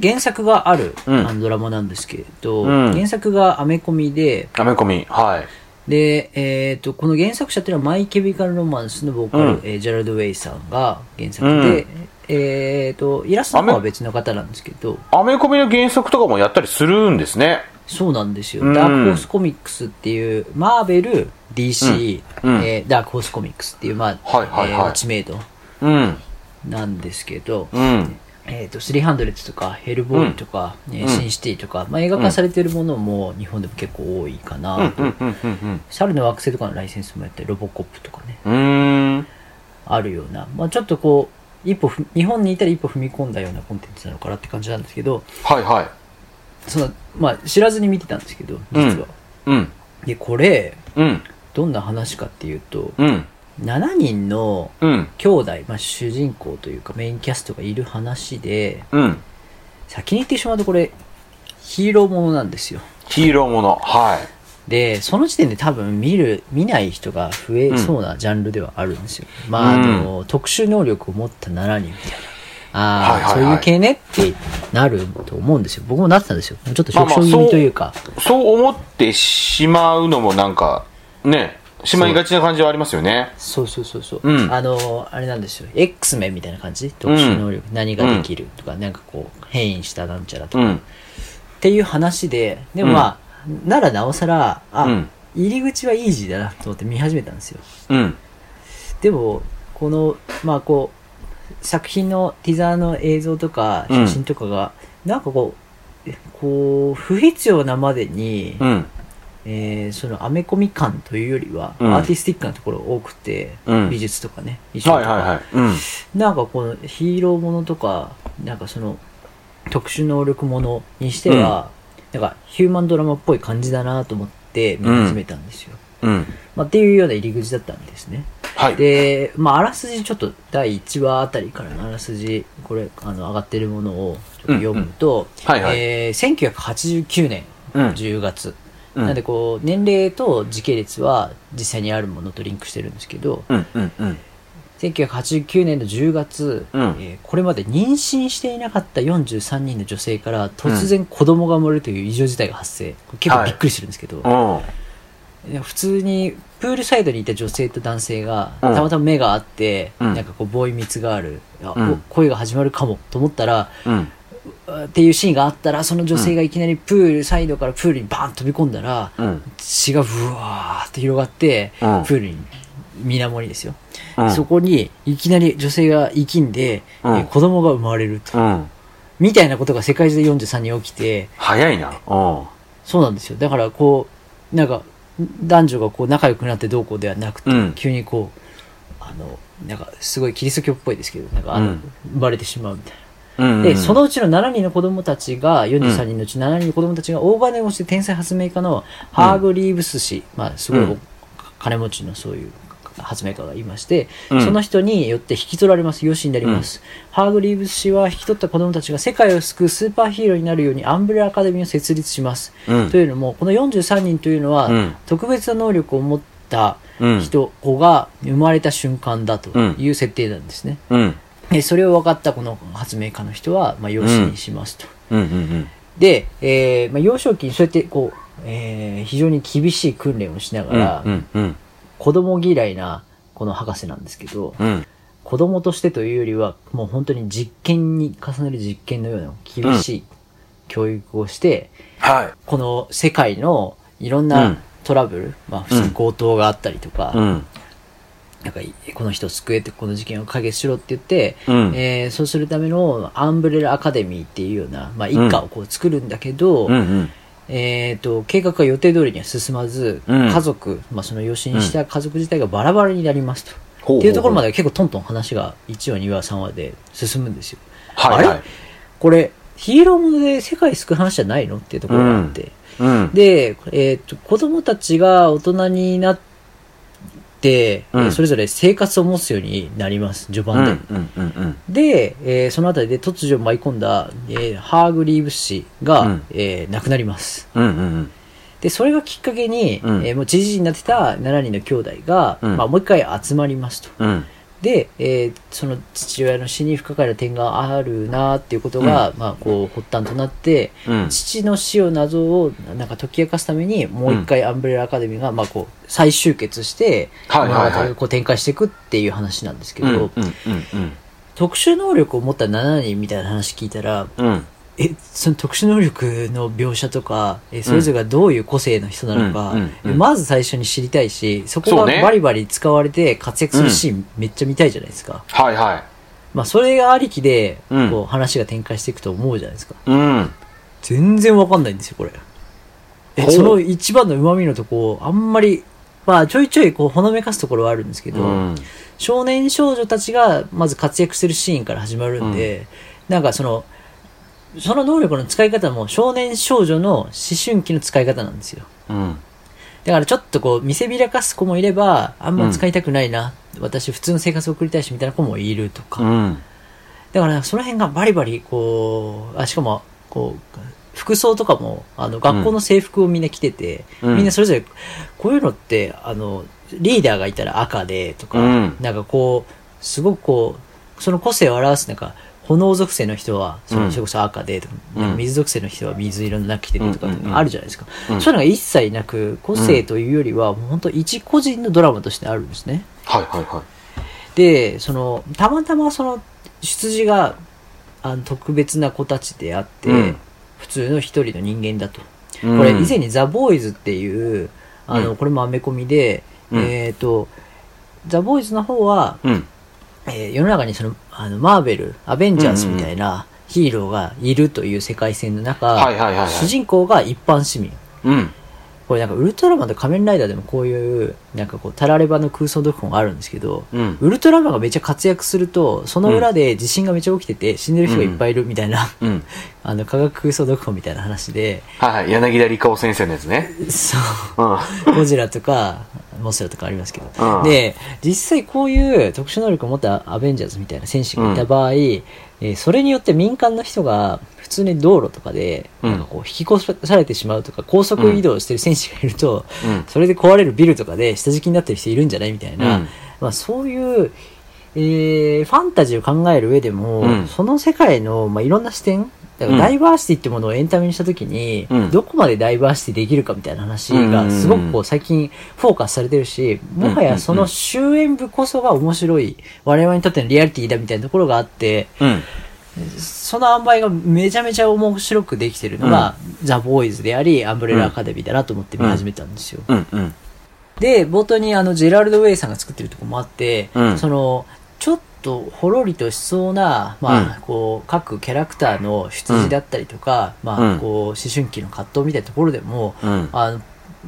[SPEAKER 2] 原作がある、
[SPEAKER 3] うん
[SPEAKER 2] あのドラマなんですけれど、
[SPEAKER 3] うん
[SPEAKER 2] 原作がアメコミで
[SPEAKER 3] アメコミ、はい。
[SPEAKER 2] で、えー、とこの原作者っていうのはマイ・ケミカル・ロマンスのボーカル、
[SPEAKER 3] うん
[SPEAKER 2] えージェラルド・ウェイさんが原作
[SPEAKER 3] う
[SPEAKER 2] で
[SPEAKER 3] ん、
[SPEAKER 2] えー、とイラストの方は別の方なんですけど
[SPEAKER 3] アメコミの原作とかもやったりするんですね。
[SPEAKER 2] そうなんですよ、
[SPEAKER 3] うん
[SPEAKER 2] ダークホースコミックスっていうマーベル DC、
[SPEAKER 3] うんうん
[SPEAKER 2] えーダークホースコミックスっていう、まあ
[SPEAKER 3] はいはいはい
[SPEAKER 2] えー知名度
[SPEAKER 3] うん。
[SPEAKER 2] なんですけど、
[SPEAKER 3] うん。
[SPEAKER 2] えー、と300とかヘルボーイとか、えー
[SPEAKER 3] うん
[SPEAKER 2] シンシティとか、まあ、映画化されてるものも日本でも結構多いかな、
[SPEAKER 3] うん。うん。うん。うん
[SPEAKER 2] 猿の惑星とかのライセンスもやってロボコップとかね
[SPEAKER 3] うん。う
[SPEAKER 2] あるような、まあ、ちょっとこう一歩ふ日本にいたら一歩踏み込んだようなコンテンツなのかなって感じなんですけど
[SPEAKER 3] ーん。はいはい。
[SPEAKER 2] その、まあ、知らずに見てたんですけど実は、
[SPEAKER 3] うん。
[SPEAKER 2] でこれ
[SPEAKER 3] うん。
[SPEAKER 2] どんな話かっていうと
[SPEAKER 3] うん。
[SPEAKER 2] 7人の
[SPEAKER 3] うん。
[SPEAKER 2] 兄弟、まあ、主人公というかメインキャストがいる話で
[SPEAKER 3] うん。
[SPEAKER 2] 先に言ってしまうとこれヒーローものなんですよ
[SPEAKER 3] ヒーローもの。はい。
[SPEAKER 2] でその時点で多分見る見ない人が増えそうなジャンルではあるんですよ、まああの、特殊能力を持った7人みたいなああ、
[SPEAKER 3] はいはいはい
[SPEAKER 2] そういう系ねってなると思うんですよ僕もなってたんですよちょっと
[SPEAKER 3] まあ
[SPEAKER 2] 縮
[SPEAKER 3] まあ
[SPEAKER 2] 小気
[SPEAKER 3] そう
[SPEAKER 2] 味というか、
[SPEAKER 3] そう思ってしまうのもなんか、ね、しまいがちな感じはありますよね。
[SPEAKER 2] そうそうそうそう、
[SPEAKER 3] うん
[SPEAKER 2] あのあれなんですよ X メンみたいな感じ特殊能力、何ができるとか、なんかこう変異したなんちゃらと
[SPEAKER 3] う
[SPEAKER 2] か、
[SPEAKER 3] ん。
[SPEAKER 2] っていう話ででも
[SPEAKER 3] うん
[SPEAKER 2] まあ、ならなおさらあ、
[SPEAKER 3] うん
[SPEAKER 2] 入り口はイージーだなと思って見始めたんですよ
[SPEAKER 3] うん。
[SPEAKER 2] でもこのまあこう作品のティザーの映像とか
[SPEAKER 3] うん
[SPEAKER 2] 写真とかが、なんかこうえこう不必要なまでに、
[SPEAKER 3] うん。
[SPEAKER 2] えーそのアメコミ感というよりは、
[SPEAKER 3] うん
[SPEAKER 2] アーティスティックなところ多くて、
[SPEAKER 3] うん
[SPEAKER 2] 美術とかね衣装
[SPEAKER 3] は
[SPEAKER 2] と
[SPEAKER 3] い
[SPEAKER 2] か、
[SPEAKER 3] はいはい。うん。
[SPEAKER 2] なんかこのヒーローものとかなんかその特殊能力ものにしては、なんかヒューマンドラマっぽい感じだなと思って見始めたんですよ、
[SPEAKER 3] うん。
[SPEAKER 2] まあ、っていうような入り口だったんですね
[SPEAKER 3] はい。
[SPEAKER 2] で、まあ、あらすじちょっと第1話あたりからのあらすじこれあの上がってるものをちょっと読むと、
[SPEAKER 3] うんはいはい
[SPEAKER 2] えー1989年
[SPEAKER 3] うん
[SPEAKER 2] 10月、
[SPEAKER 3] うん
[SPEAKER 2] なんでこう年齢と時系列は実際にあるものとリンクしてるんですけど
[SPEAKER 3] うん。うん。うん。
[SPEAKER 2] 1989年の10月、
[SPEAKER 3] うん
[SPEAKER 2] えーこれまで妊娠していなかった43人の女性から突然子供が生まれるという異常事態が発生これ結構びっくりするんですけど、
[SPEAKER 3] うん。
[SPEAKER 2] いや普通にプールサイドにいた女性と男性が
[SPEAKER 3] うん
[SPEAKER 2] たまたま目が合って、
[SPEAKER 3] うん
[SPEAKER 2] なんかこうボーイミツがある、あ
[SPEAKER 3] うん
[SPEAKER 2] お恋が始まるかもと思ったら
[SPEAKER 3] うん。
[SPEAKER 2] あっていうシーンがあったらその女性がいきなりプールサイドからプールにバーン飛び込んだら、
[SPEAKER 3] うん。
[SPEAKER 2] 血がぶわーって広がって、
[SPEAKER 3] うん
[SPEAKER 2] プールに水面にですよ、
[SPEAKER 3] うん
[SPEAKER 2] そこにいきなり女性が生きんで、
[SPEAKER 3] うん
[SPEAKER 2] えー子供が生まれると、
[SPEAKER 3] うん。
[SPEAKER 2] みたいなことが世界中で43人起きて
[SPEAKER 3] 早いな。うん。
[SPEAKER 2] そうなんですよだからこうなんか男女がこう仲良くなってどうこうではなくて、
[SPEAKER 3] うん
[SPEAKER 2] 急にこうあのなんかすごいキリスト教っぽいですけどなんかあの、
[SPEAKER 3] うん
[SPEAKER 2] 生まれてしまうみたい
[SPEAKER 3] うんうん。
[SPEAKER 2] なでそのうちの7人の子供たちが43人のうち7人の子供たちが大金をして天才発明家のハーグリーブス氏、まあすごいお
[SPEAKER 3] うん
[SPEAKER 2] 金持ちのそういう発明家がいまして、
[SPEAKER 3] うん
[SPEAKER 2] その人によって引き取られます養子になります、ハーグリーブス氏は引き取った子供たちが世界を救うスーパーヒーローになるようにアンブレラアカデミーを設立します、
[SPEAKER 3] うん
[SPEAKER 2] というのもこの43人というのは、
[SPEAKER 3] うん
[SPEAKER 2] 特別な能力を持った
[SPEAKER 3] うん
[SPEAKER 2] 人、子が生まれた瞬間だと
[SPEAKER 3] うん
[SPEAKER 2] いう設定なんですね、
[SPEAKER 3] うん。
[SPEAKER 2] でそれを分かったこの発明家の人は、まあ、養子にしますと、
[SPEAKER 3] うんうん
[SPEAKER 2] で、えーまあ、幼少期にそうやってこう、えー非常に厳しい訓練をしなが
[SPEAKER 3] うん。
[SPEAKER 2] ら、
[SPEAKER 3] うんうん
[SPEAKER 2] 子供嫌いなこの博士なんですけど、
[SPEAKER 3] うん。
[SPEAKER 2] 子供としてというよりは、もう本当に実験に重ねる実験のような厳しい教育をして、
[SPEAKER 3] は
[SPEAKER 2] この世界のいろん
[SPEAKER 3] うん
[SPEAKER 2] なトラブル、まあ普通
[SPEAKER 3] うん
[SPEAKER 2] に強盗があったりとか、
[SPEAKER 3] い。うん。
[SPEAKER 2] なんかこの人を救えってこの事件を解決しろって言って、
[SPEAKER 3] うん
[SPEAKER 2] えーそうするためのアンブレラアカデミーっていうような、まあ一家をこう作るんだけど、
[SPEAKER 3] うんうん。
[SPEAKER 2] えー、と計画が予定通りには進まず、
[SPEAKER 3] うん
[SPEAKER 2] 家族、まあ、その養子にした家族自体がバラバラになりますと。
[SPEAKER 3] ほうほうほう
[SPEAKER 2] っていうところまで結構トントン話が1話、2話、3話で進むんですよ。
[SPEAKER 3] はいは
[SPEAKER 2] あ
[SPEAKER 3] い
[SPEAKER 2] れ。これ、ヒーローもので世界救う話じゃないのっていうところがあって。
[SPEAKER 3] うん。
[SPEAKER 2] で、えー、と子供たちが大人になって、
[SPEAKER 3] うん
[SPEAKER 2] えーそれぞれ生活を持つようになります、序
[SPEAKER 3] うん
[SPEAKER 2] 盤で。
[SPEAKER 3] うんうんうん。
[SPEAKER 2] で、えーそのあたりで突如舞い込んだ、えーハーグリーブ氏が、
[SPEAKER 3] うん
[SPEAKER 2] えー亡くなります。
[SPEAKER 3] うんうん
[SPEAKER 2] でそれがきっかけに、
[SPEAKER 3] うん
[SPEAKER 2] えーもうじじいになってた7人の兄弟が、
[SPEAKER 3] うん
[SPEAKER 2] まあ、もう一回集まりますと。
[SPEAKER 3] うん。うん。
[SPEAKER 2] で、えーその父親の死に不可解な点があるなっていうことが、まあ、こう発端となって、
[SPEAKER 3] うん
[SPEAKER 2] 父の死を謎をなんか解き明かすためにもう一回アンブレラアカデミーが、まあ、こう再集結して
[SPEAKER 3] はいはいはい
[SPEAKER 2] 物語をこう展開していくっていう話なんですけ
[SPEAKER 3] う
[SPEAKER 2] ど、
[SPEAKER 3] んうんうん
[SPEAKER 2] 特殊能力を持った7人みたいな話聞いたら
[SPEAKER 3] うん。
[SPEAKER 2] えその特殊能力の描写とかえそれぞれがどういう個性の人なのか、
[SPEAKER 3] うんうんうん
[SPEAKER 2] えまず最初に知りたいしそこ
[SPEAKER 3] そ
[SPEAKER 2] が
[SPEAKER 3] うね
[SPEAKER 2] バリバリ使われて活躍するシーンめっちゃ見たいじゃないですか、
[SPEAKER 3] はいはい
[SPEAKER 2] まあ、それがありきで
[SPEAKER 3] うん
[SPEAKER 2] こう話が展開していくと思うじゃないですか
[SPEAKER 3] うん
[SPEAKER 2] 全然わかんないんですよこれえ
[SPEAKER 3] ほう
[SPEAKER 2] その一番の旨味のとこあんまりまあちょいちょいこうほのめかすところはあるんですけど、
[SPEAKER 3] うん
[SPEAKER 2] 少年少女たちがまず活躍するシーンから始まるんで、なんかそのその能力の使い方も少年少女の思春期の使い方なんですよ
[SPEAKER 3] うん
[SPEAKER 2] だからちょっとこう見せびらかす子もいればあんま使いたくないな、私普通の生活を送りたいしみたいな子もいるとか、
[SPEAKER 3] うん
[SPEAKER 2] だからその辺がバリバリこうあしかもこう服装とかもあの学校の制服をみんな着てて、
[SPEAKER 3] うん
[SPEAKER 2] みんなそれぞれこういうのってあのリーダーがいたら赤でとか、
[SPEAKER 3] うん
[SPEAKER 2] なんかこうすごくこうその個性を表すなんか炎属性の人はそ
[SPEAKER 3] うん
[SPEAKER 2] のそれこそ赤でとか、
[SPEAKER 3] うん
[SPEAKER 2] なんか水属性の人は水色の中着てるとか
[SPEAKER 3] うんうんうん
[SPEAKER 2] あるじゃないですか、
[SPEAKER 3] うん
[SPEAKER 2] そういうのが一切なく個性というよりはもう本当一個人のドラマとしてあるんですね。
[SPEAKER 3] はいはいは
[SPEAKER 2] でそのたまたまその出自があの特別な子たちであって、
[SPEAKER 3] うん
[SPEAKER 2] 普通の一人の人間だと、
[SPEAKER 3] いうん
[SPEAKER 2] これ以前に「ザ・ボーイズっていうあの、
[SPEAKER 3] うん
[SPEAKER 2] これもアメコミで、
[SPEAKER 3] うん
[SPEAKER 2] えっ、とザ・ボーイズの方は、
[SPEAKER 3] うん
[SPEAKER 2] えー世の中にそのあのマーベルアベンジャーズみたいなヒーローがいるという世界線の中、
[SPEAKER 3] はいはいはいはい
[SPEAKER 2] 主人公が一般市民
[SPEAKER 3] うん
[SPEAKER 2] これなんかウルトラマンと仮面ライダーでもこういうなんかこうタラレバの空想読本があるんですけど、
[SPEAKER 3] うん
[SPEAKER 2] ウルトラマンがめっちゃ活躍すると、その裏で地震がめっちゃ起きてて、死んでる人がいっぱいいるみたいな、
[SPEAKER 3] うん
[SPEAKER 2] あの、科学空想読本みたいな話で、
[SPEAKER 3] はいはい柳田理香先生のやつね
[SPEAKER 2] そう、
[SPEAKER 3] うん
[SPEAKER 2] ゴジラとか、モスラとかありますけ
[SPEAKER 3] う
[SPEAKER 2] ど。
[SPEAKER 3] ん
[SPEAKER 2] で、実際こういう特殊能力を持ったアベンジャーズみたいな戦士がいた場合、えーそれによって民間の人が普通に道路とかで、
[SPEAKER 3] うん
[SPEAKER 2] なんかこう、引き越されてしまうとか、高速移動してる戦士がいると、
[SPEAKER 3] うん
[SPEAKER 2] それで壊れるビルとかで下敷きになってる人いるんじゃないみたいな、
[SPEAKER 3] うん
[SPEAKER 2] まあ、そういう、えーファンタジーを考える上でも、
[SPEAKER 3] うん
[SPEAKER 2] その世界の、まあ、いろんな視点だか
[SPEAKER 3] うん
[SPEAKER 2] らダイバーシティってものをエンタメにした時に、
[SPEAKER 3] うん
[SPEAKER 2] どこまでダイバーシティできるかみたいな話
[SPEAKER 3] う
[SPEAKER 2] が
[SPEAKER 3] ん
[SPEAKER 2] すごくこう最近フォーカスされてるしもはやその終焉部こそが面白い我々にとってのリアリティだみたいなところがあって
[SPEAKER 3] うん
[SPEAKER 2] その塩梅がめちゃめちゃ面白くできてるのが、ザ・ボーイズでありアンブレラ・アカデミーだなと思って見始めたんですよ。
[SPEAKER 3] うんうん
[SPEAKER 2] で冒頭にあのジェラルド・ウェイさんが作ってるとこもあって、
[SPEAKER 3] うん
[SPEAKER 2] そのちょっとほろりとしそうな、まあ
[SPEAKER 3] うん
[SPEAKER 2] こう各キャラクターの出自だったりとか、ま
[SPEAKER 3] うん
[SPEAKER 2] あ、こう思春期の葛藤みたいなところでも、
[SPEAKER 3] うん
[SPEAKER 2] あの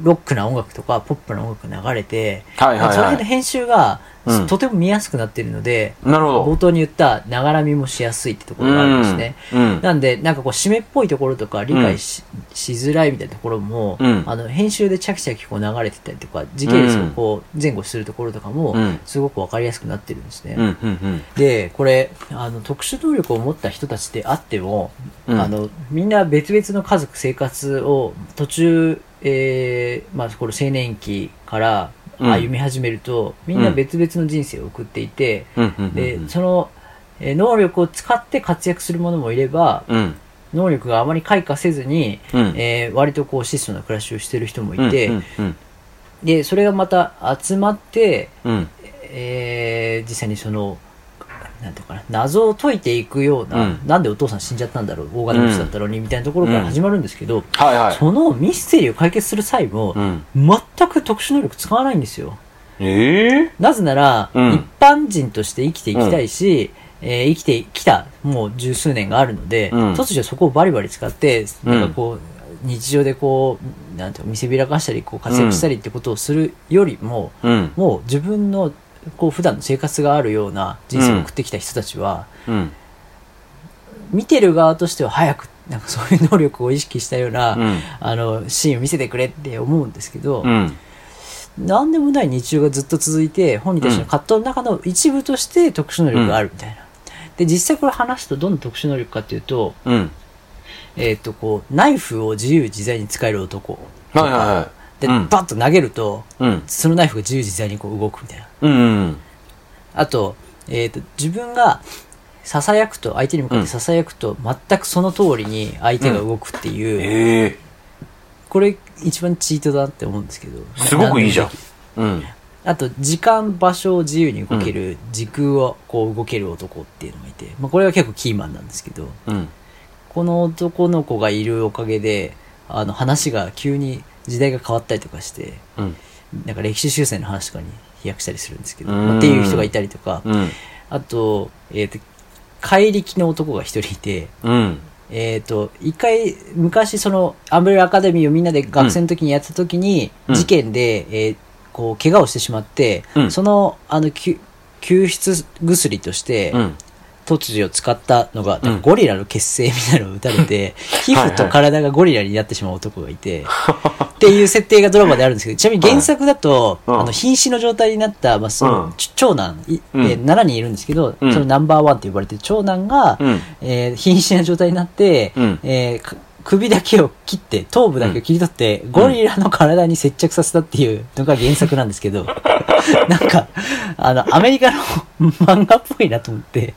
[SPEAKER 2] ロックな音楽とかポップな音楽が流れて、
[SPEAKER 3] はいはい
[SPEAKER 2] その
[SPEAKER 3] は
[SPEAKER 2] 辺の
[SPEAKER 3] い
[SPEAKER 2] 編集が、
[SPEAKER 3] うん
[SPEAKER 2] とても見やすくなっているので
[SPEAKER 3] なるほ
[SPEAKER 2] 冒
[SPEAKER 3] ど
[SPEAKER 2] 頭に言ったながら見もしやすいってところがあるんですね。
[SPEAKER 3] うん
[SPEAKER 2] なんで、なんかこう、締めっぽいところとか、理解し,、しづらいみたいなところも、
[SPEAKER 3] うん
[SPEAKER 2] あの、編集でチャキチャキこう流れてたりとか、時系列
[SPEAKER 3] う
[SPEAKER 2] を
[SPEAKER 3] ん
[SPEAKER 2] こう、前後するところとかも、
[SPEAKER 3] うん
[SPEAKER 2] すごくわかりやすくなってるんですね。
[SPEAKER 3] うんうんうん
[SPEAKER 2] で、これ、あの、特殊能力を持った人たちであっても、
[SPEAKER 3] うん
[SPEAKER 2] あの、みんな別々の家族、生活を途中、えー、まあ、この青年期から
[SPEAKER 3] うん
[SPEAKER 2] 歩み始めると、みんな別々の人生を送っていて、
[SPEAKER 3] うんうんうん
[SPEAKER 2] で、その、えー能力を使って活躍する者もいれば、
[SPEAKER 3] うん
[SPEAKER 2] 能力があまり開花せずに、
[SPEAKER 3] うん
[SPEAKER 2] えー割とこう質素な暮らしをしてる人もいて、
[SPEAKER 3] うんうん
[SPEAKER 2] でそれがまた集まって、
[SPEAKER 3] うん
[SPEAKER 2] えー実際にそのなんていうかな謎を解いていくような、
[SPEAKER 3] うんなん
[SPEAKER 2] でお父さん死んじゃったんだろう大金持ちだったのに、みたいなところから始まるんですけど、
[SPEAKER 3] はいはい
[SPEAKER 2] そのミステリーを解決する際も
[SPEAKER 3] う、ん
[SPEAKER 2] 全く特殊能力使わないんですよ。
[SPEAKER 3] ええ
[SPEAKER 2] なぜなら、
[SPEAKER 3] うん
[SPEAKER 2] 一般人として生きていきたいし、えー生きてきたもう十数年があるので、
[SPEAKER 3] うん
[SPEAKER 2] 突如そこをバリバリ使って
[SPEAKER 3] うん
[SPEAKER 2] なんかこう、日常でこうなんていうの見せびらかしたりこう活躍したりってことをするよりも、
[SPEAKER 3] うん
[SPEAKER 2] もう自分のこう普段の生活があるような人生を送ってきた人たちは、
[SPEAKER 3] うん
[SPEAKER 2] 見てる側としては早くなんかそういう能力を意識したような、
[SPEAKER 3] うん
[SPEAKER 2] あのシーンを見せてくれって思うんですけど、
[SPEAKER 3] うん
[SPEAKER 2] 何でもない日常がずっと続いて本人たちの葛藤の中の一部として特殊能力があるみたいな、で実際これ話すとどんな特殊能力かっていうと,、
[SPEAKER 3] うん
[SPEAKER 2] えー、とこうナイフを自由自在に使える男とか
[SPEAKER 3] はいはいは
[SPEAKER 2] で、
[SPEAKER 3] うん
[SPEAKER 2] バッと投げると
[SPEAKER 3] いうん
[SPEAKER 2] そのナイフが自由自在にこう動くみたいな
[SPEAKER 3] うんうん
[SPEAKER 2] あと,、えー、と自分がささやくと相手に向かってささやくと全くその通りに相手が動くっていう、
[SPEAKER 3] ええ
[SPEAKER 2] これ一番チートだなって思うんですけど
[SPEAKER 3] すごくいいじゃんうん
[SPEAKER 2] あと時間場所を自由に動ける、時空をこう動ける男っていうのがいて、まあ、これは結構キーマンなんですけど
[SPEAKER 3] うん
[SPEAKER 2] この男の子がいるおかげであの話が急に時代が変わったりとかして
[SPEAKER 3] うん
[SPEAKER 2] なんか歴史修正の話とかに飛躍したりするんですけど、
[SPEAKER 3] うん
[SPEAKER 2] まあっていう人がいたりとか、
[SPEAKER 3] うん
[SPEAKER 2] あと,、えー、と怪力の男が一人いて、
[SPEAKER 3] うん
[SPEAKER 2] えっ、と、一回、昔、その、アンブレラアカデミーをみんなで学生の時にやってた時に、
[SPEAKER 3] うん
[SPEAKER 2] 事件で、えーこう、怪我をしてしまって、
[SPEAKER 3] うん
[SPEAKER 2] その、あの、救救出薬として、
[SPEAKER 3] うん
[SPEAKER 2] 突如使ったのが、
[SPEAKER 3] うん
[SPEAKER 2] ゴリラの結成みたいなのを打たれて、皮膚と体がゴリラになってしまう男がいて、っていう設定がドラマであるんですけど、ちなみに原作だと、
[SPEAKER 3] うん
[SPEAKER 2] あの、瀕死の状態になった、まあ、その、
[SPEAKER 3] うん
[SPEAKER 2] ち長男、いえー
[SPEAKER 3] うん
[SPEAKER 2] 7人いるんですけど、
[SPEAKER 3] うん
[SPEAKER 2] そのナンバーワンって呼ばれてる長男が、
[SPEAKER 3] うん
[SPEAKER 2] えー瀕死な状態になって、
[SPEAKER 3] うん
[SPEAKER 2] えーく首だけを切って、頭部だけを切り取って、ゴリラの体に接着させたっていうのが原作なんですけ ど、なんか、あの、アメリカの 漫画っぽいなと思って、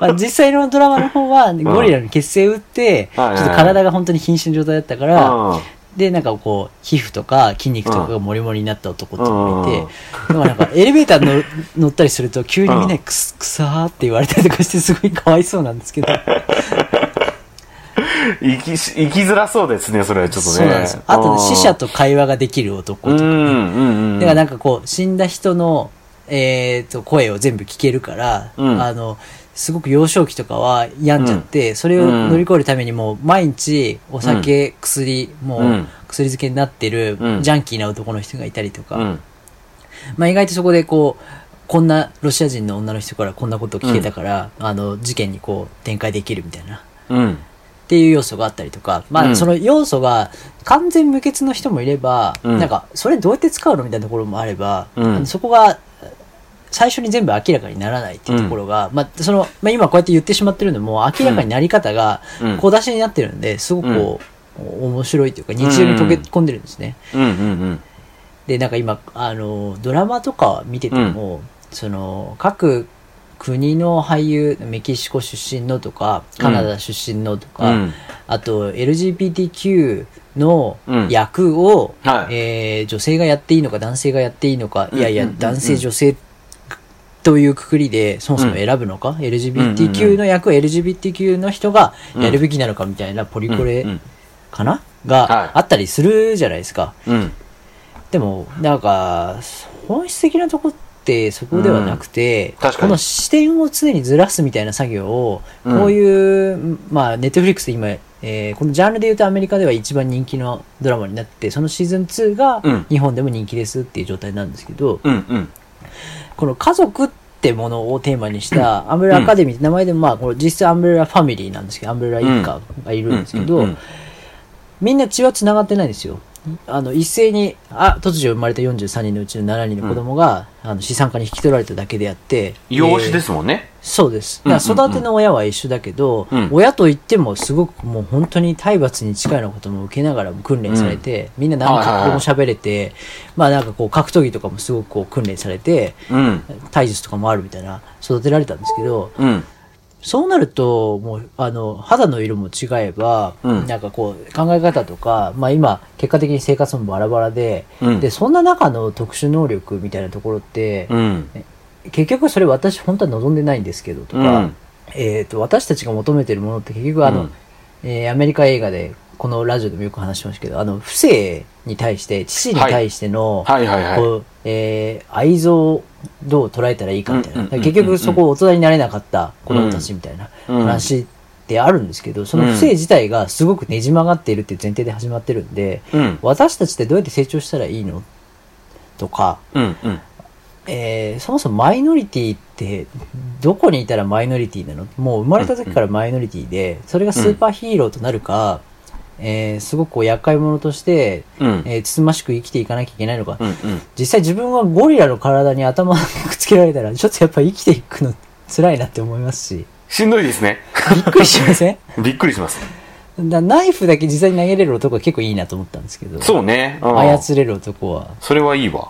[SPEAKER 2] まあ、実際のドラマの方は、ゴリラに血清打って、ち
[SPEAKER 3] は
[SPEAKER 2] ょ
[SPEAKER 3] いはい
[SPEAKER 2] っ
[SPEAKER 3] はい
[SPEAKER 2] と体が本当に瀕死の状態だったから、
[SPEAKER 3] うん
[SPEAKER 2] で、なんかこう、皮膚とか筋肉とかがモリモリになった男っていうのがいて、だ
[SPEAKER 3] う
[SPEAKER 2] からなんかエレベーターの乗ったりすると急にみんなにくす、くさーって言われたりとかしてすごいかわいそうなんです けど、
[SPEAKER 3] 生きし生きづらそうですねそれはちょっとね
[SPEAKER 2] そうなんですよ。あとね、死者
[SPEAKER 3] と
[SPEAKER 2] と会話ができる男と
[SPEAKER 3] うん
[SPEAKER 2] か、
[SPEAKER 3] うんうん
[SPEAKER 2] だからなんかこう、死んだ人の、えー、と、声を全部聞けるから、
[SPEAKER 3] うん
[SPEAKER 2] あの、すごく幼少期とかは病んじゃって、それを乗り越えるためにもう毎日お酒、薬、も
[SPEAKER 3] う
[SPEAKER 2] うん薬漬けになってる
[SPEAKER 3] うん
[SPEAKER 2] ジャンキーな男の人がいたりとか、
[SPEAKER 3] うん
[SPEAKER 2] まあ、意外とそこでこうこんなロシア人の女の人からこんなことを聞けたから、あの事件にこう展開できるみたいなっ
[SPEAKER 3] うん
[SPEAKER 2] ていう要素があったりとか、ま
[SPEAKER 3] うん
[SPEAKER 2] あ、その要素が完全無欠の人もいれば、
[SPEAKER 3] うん
[SPEAKER 2] なんかそれどうやって使うのみたいなところもあれば、
[SPEAKER 3] うん
[SPEAKER 2] あのそこが最初に全部明らかにならないっていうところが、まあそのまあ、今こうやって言ってしまってるのも明らかになり方が
[SPEAKER 3] うん
[SPEAKER 2] 小出しになってるんですごくこう、面白いというか日常に溶け込んでるんですね。
[SPEAKER 3] うんうんうん
[SPEAKER 2] でなんか今あのドラマとか見てても、その各国の俳優メキシコ出身のとかカナダ出身のとか、
[SPEAKER 3] うん
[SPEAKER 2] あと LGBTQ の
[SPEAKER 3] うん
[SPEAKER 2] 役を、
[SPEAKER 3] はい
[SPEAKER 2] えー女性がやっていいのか男性がやっていいのか、
[SPEAKER 3] うん
[SPEAKER 2] いやいうや
[SPEAKER 3] んうん
[SPEAKER 2] 男性女性というくくりでそもそも選ぶのか、LGBTQ の役を LGBTQ の人がやるべきなのかみたいなポリコレ
[SPEAKER 3] うん
[SPEAKER 2] かな、
[SPEAKER 3] はい
[SPEAKER 2] があったりするじゃないですか。
[SPEAKER 3] うん
[SPEAKER 2] でもなんか本質的なとこってそこではなくて、
[SPEAKER 3] うん確か
[SPEAKER 2] こ
[SPEAKER 3] に
[SPEAKER 2] の視点を常にずらすみたいな作業を
[SPEAKER 3] うん
[SPEAKER 2] こういう、まあネットフリックスで今、えーこのジャンルで言うとアメリカでは一番人気のドラマになってそのシーズン2が
[SPEAKER 3] うん
[SPEAKER 2] 日本でも人気ですっていう状態なんですけど、
[SPEAKER 3] うんうん
[SPEAKER 2] この家族ってものをテーマにしたアンブレラアカデミーって名前でもまあこれ実質アンブレラファミリーなんですけどアンブレラ一家がいるんですけど、
[SPEAKER 3] うんうんうん
[SPEAKER 2] みんな血は繋がってないんですよ。あの一斉にあ突如生まれた43人のうちの7人の子供が、あの資産家に引き取られただけであって
[SPEAKER 3] 養子
[SPEAKER 2] え
[SPEAKER 3] で
[SPEAKER 2] ー
[SPEAKER 3] すもんね
[SPEAKER 2] そうです
[SPEAKER 3] うんうんう
[SPEAKER 2] だ
[SPEAKER 3] ん
[SPEAKER 2] から育ての親は一緒だけど、
[SPEAKER 3] うん
[SPEAKER 2] 親といってもすごくもう本当に体罰に近いようなことも受けながらも訓練されて、みんな何かこも喋れて、まあなんかこう格闘技とかもすごくこう訓練されて
[SPEAKER 3] うん
[SPEAKER 2] 体術とかもあるみたいな育てられたんですけど
[SPEAKER 3] うん
[SPEAKER 2] そうなると、もう、あの、肌の色も違えば、
[SPEAKER 3] うん
[SPEAKER 2] なんかこう、考え方とか、まあ今、結果的に生活もバラバラで、
[SPEAKER 3] うん
[SPEAKER 2] で、そんな中の特殊能力みたいなところって、
[SPEAKER 3] うん
[SPEAKER 2] 結局それ私本当は望んでないんですけど、とか、
[SPEAKER 3] うん
[SPEAKER 2] えっ、と、私たちが求めてるものって結局あの、
[SPEAKER 3] うん
[SPEAKER 2] えーアメリカ映画で、このラジオでもよく話しましたけど、あの、不正に対して、父に対しての、
[SPEAKER 3] はいはいはい
[SPEAKER 2] こうえー愛憎をどう捉えたらいいかみたいな、
[SPEAKER 3] うんうんうんうん
[SPEAKER 2] 結局そこ大人になれなかった子供たちみたいな
[SPEAKER 3] うん
[SPEAKER 2] 話であるんですけど、その不正自体がすごくねじ曲がっているっていう前提で始まってるんで、
[SPEAKER 3] うん
[SPEAKER 2] 私たちってどうやって成長したらいいのとか、
[SPEAKER 3] うんうん
[SPEAKER 2] えーそもそもマイノリティってどこにいたらマイノリティなのもう生まれた時からマイノリティでそれがスーパーヒーローとなるか、えーすごくこう厄介者として、
[SPEAKER 3] うん
[SPEAKER 2] えーつつましく生きていかなきゃいけないのか、
[SPEAKER 3] うんうん
[SPEAKER 2] 実際自分はゴリラの体に頭をくっつけられたら、ちょっとやっぱ生きていくの辛いなって思いますし、
[SPEAKER 3] しんどいですね
[SPEAKER 2] びっくりしま せん
[SPEAKER 3] びっくりします
[SPEAKER 2] だナイフだけ実際に投げれる男は結構いいなと思ったんですけど、
[SPEAKER 3] そうねうん
[SPEAKER 2] 操れる男は。
[SPEAKER 3] それはいいわ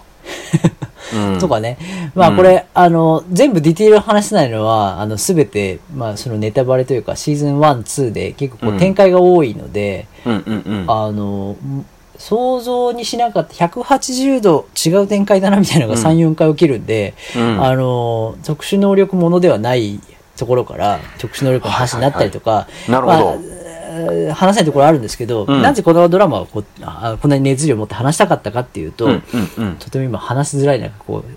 [SPEAKER 3] うん
[SPEAKER 2] とかね。まあこれ、あの、全部ディティールを話せないのは、あの、すべて、まあそのネタバレというか、シーズン1、2で結構こ
[SPEAKER 3] うん
[SPEAKER 2] う展開が多いので、
[SPEAKER 3] うんうんうん
[SPEAKER 2] あの、ん想像にしなかった180度違う展開だなみたいなのが3、4回起きるんで、
[SPEAKER 3] うん
[SPEAKER 2] あの、特殊能力ものではないところから、特殊能力の話になったりとか、
[SPEAKER 3] なるほど
[SPEAKER 2] まえー話せないところあるんですけど、
[SPEAKER 3] うん
[SPEAKER 2] なぜこのドラマをこあこんなに熱量を持って話したかったかっていうと、
[SPEAKER 3] うんうんうん
[SPEAKER 2] とても今話しづらい中こう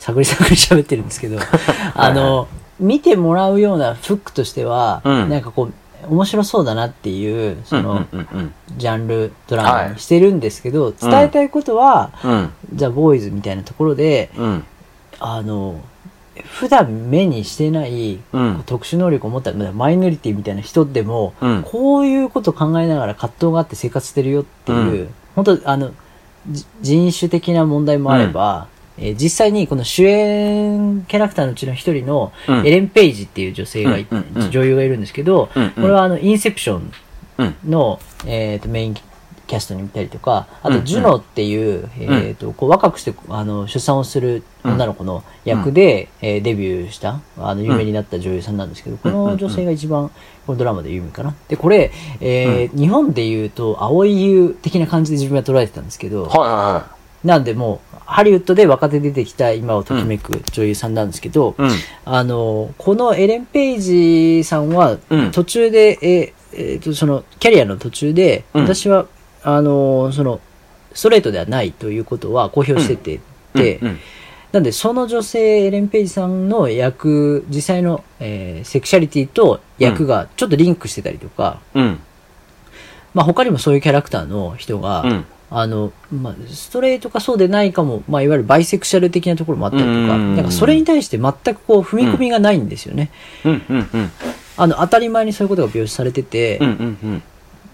[SPEAKER 2] 探り探り喋ってるんです けどあの見てもらうようなフックとしては、
[SPEAKER 3] うん
[SPEAKER 2] なんかこう面白そうだなっていうその、
[SPEAKER 3] うんうん
[SPEAKER 2] ジャンルドラマにしてるんですけど、伝えたいことは、
[SPEAKER 3] うんうん
[SPEAKER 2] ザ・ボーイズみたいなところで
[SPEAKER 3] うん
[SPEAKER 2] あの普段目にしてない
[SPEAKER 3] うん
[SPEAKER 2] 特殊能力を持ったマイノリティみたいな人でも、
[SPEAKER 3] うん
[SPEAKER 2] こういうこと考えながら葛藤があって生活してるよっていう、本当あのじ人種的な問題もあれば、えー実際にこの主演キャラクターのうちの一人の
[SPEAKER 3] うん
[SPEAKER 2] エレン・ペイジっていう女性がい、
[SPEAKER 3] うんうんうん
[SPEAKER 2] 女優がいるんですけど、
[SPEAKER 3] うんうん
[SPEAKER 2] これはあのインセプション
[SPEAKER 3] うん
[SPEAKER 2] の、えー、とメインキャストに見たりとかあ
[SPEAKER 3] うん
[SPEAKER 2] と
[SPEAKER 3] うん
[SPEAKER 2] ジュノっていう,、えー、とこう若くしてあの出産をする女の子の役で、えーデビューしたあの有名になった女優さんなんですけど、この女性が一番このドラマで有名かなでこれ、えー日本でいうと蒼井優的な感じで自分は捉えてたんですけど、
[SPEAKER 3] はいは
[SPEAKER 2] なんでもうハリウッドで若手出てきた今をときめく女優さんなんですけど、
[SPEAKER 3] いはい
[SPEAKER 2] あのこのエレン・ペイジさんは
[SPEAKER 3] うん
[SPEAKER 2] 途中で、えーえーとそのキャリアの途中で、
[SPEAKER 3] うん
[SPEAKER 2] 私はあのそのストレートではないということは公表してて、
[SPEAKER 3] うん
[SPEAKER 2] で
[SPEAKER 3] うん
[SPEAKER 2] なんでその女性エレン・ペイジさんの役実際の、えーセクシャリティと役がちょっとリンクしてたりとか、
[SPEAKER 3] うん
[SPEAKER 2] まあ、他にもそういうキャラクターの人が、
[SPEAKER 3] うん
[SPEAKER 2] あの、まあ、ストレートかそうでないかも、まあ、いわゆるバイセクシャル的なところもあったりと
[SPEAKER 3] うんうん
[SPEAKER 2] か、
[SPEAKER 3] うんうん
[SPEAKER 2] なんかそれに対して全くこう、踏み込みがないんですよね。
[SPEAKER 3] うんうんうん
[SPEAKER 2] あの、当たり前にそういうことが描写されてて、
[SPEAKER 3] うんうんうん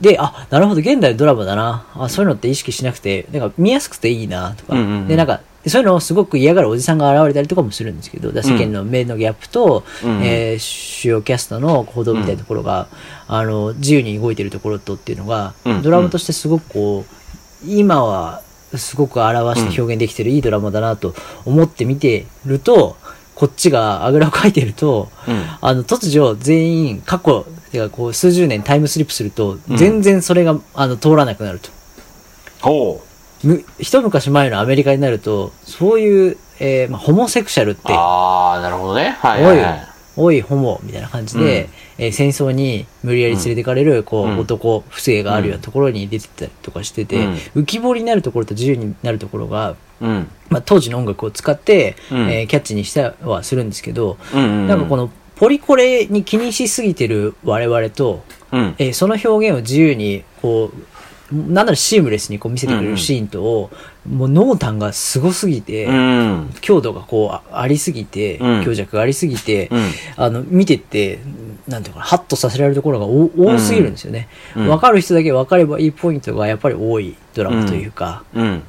[SPEAKER 2] で、あ、なるほど、現代のドラマだな。あ、そういうのって意識しなくて、なんか見やすくていいな、とか、
[SPEAKER 3] うんうんうん
[SPEAKER 2] で、なんか、そういうのをすごく嫌がるおじさんが現れたりとかもするんですけど、だから世間の目のギャップと、
[SPEAKER 3] うん
[SPEAKER 2] えー主要キャストの行動みたいなところが、あの、自由に動いてるところとっていうのが、
[SPEAKER 3] うん
[SPEAKER 2] ドラマとしてすごくこう、今はすごく表して表現できてるいいドラマだなと思って見てると、こっちがあぐらをかいてると、
[SPEAKER 3] うん
[SPEAKER 2] あの、突如全員過去、てかこう数十年タイムスリップすると、全然それが、あの通らなくなると。
[SPEAKER 3] ほ
[SPEAKER 2] む一昔前のアメリカになると、そういう、えーまあ、ホモセクシャルっ
[SPEAKER 3] う
[SPEAKER 2] て、
[SPEAKER 3] ああなるほどねはいはいはい
[SPEAKER 2] おいホモみたいな感じで、えー戦争に無理やり連れてかれる、こう、
[SPEAKER 3] うん
[SPEAKER 2] 男、不正があるようなところに出てたりとかしてて、
[SPEAKER 3] うん
[SPEAKER 2] 浮き彫りになるところと自由になるところが、
[SPEAKER 3] うん
[SPEAKER 2] まあ、当時の音楽を使って、
[SPEAKER 3] うん
[SPEAKER 2] えーキャッチにしたはするんですけど、
[SPEAKER 3] うんうん
[SPEAKER 2] なんかこのポリコレに気にしすぎてる我々と、
[SPEAKER 3] うん
[SPEAKER 2] えーその表現を自由にこうなんならシームレスにこう見せてくれ
[SPEAKER 3] うんうん
[SPEAKER 2] るシーンとを、もう濃淡がすごすぎて、
[SPEAKER 3] うん
[SPEAKER 2] 強度がこうあありすぎて、
[SPEAKER 3] うん
[SPEAKER 2] 強弱がありすぎて、
[SPEAKER 3] うん
[SPEAKER 2] あの見てってなんていうのかなハッとさせられるところがお多すぎるんですよね、
[SPEAKER 3] うん
[SPEAKER 2] 分かる人だけ分かればいいポイントがやっぱり多いドラマというか、
[SPEAKER 3] うん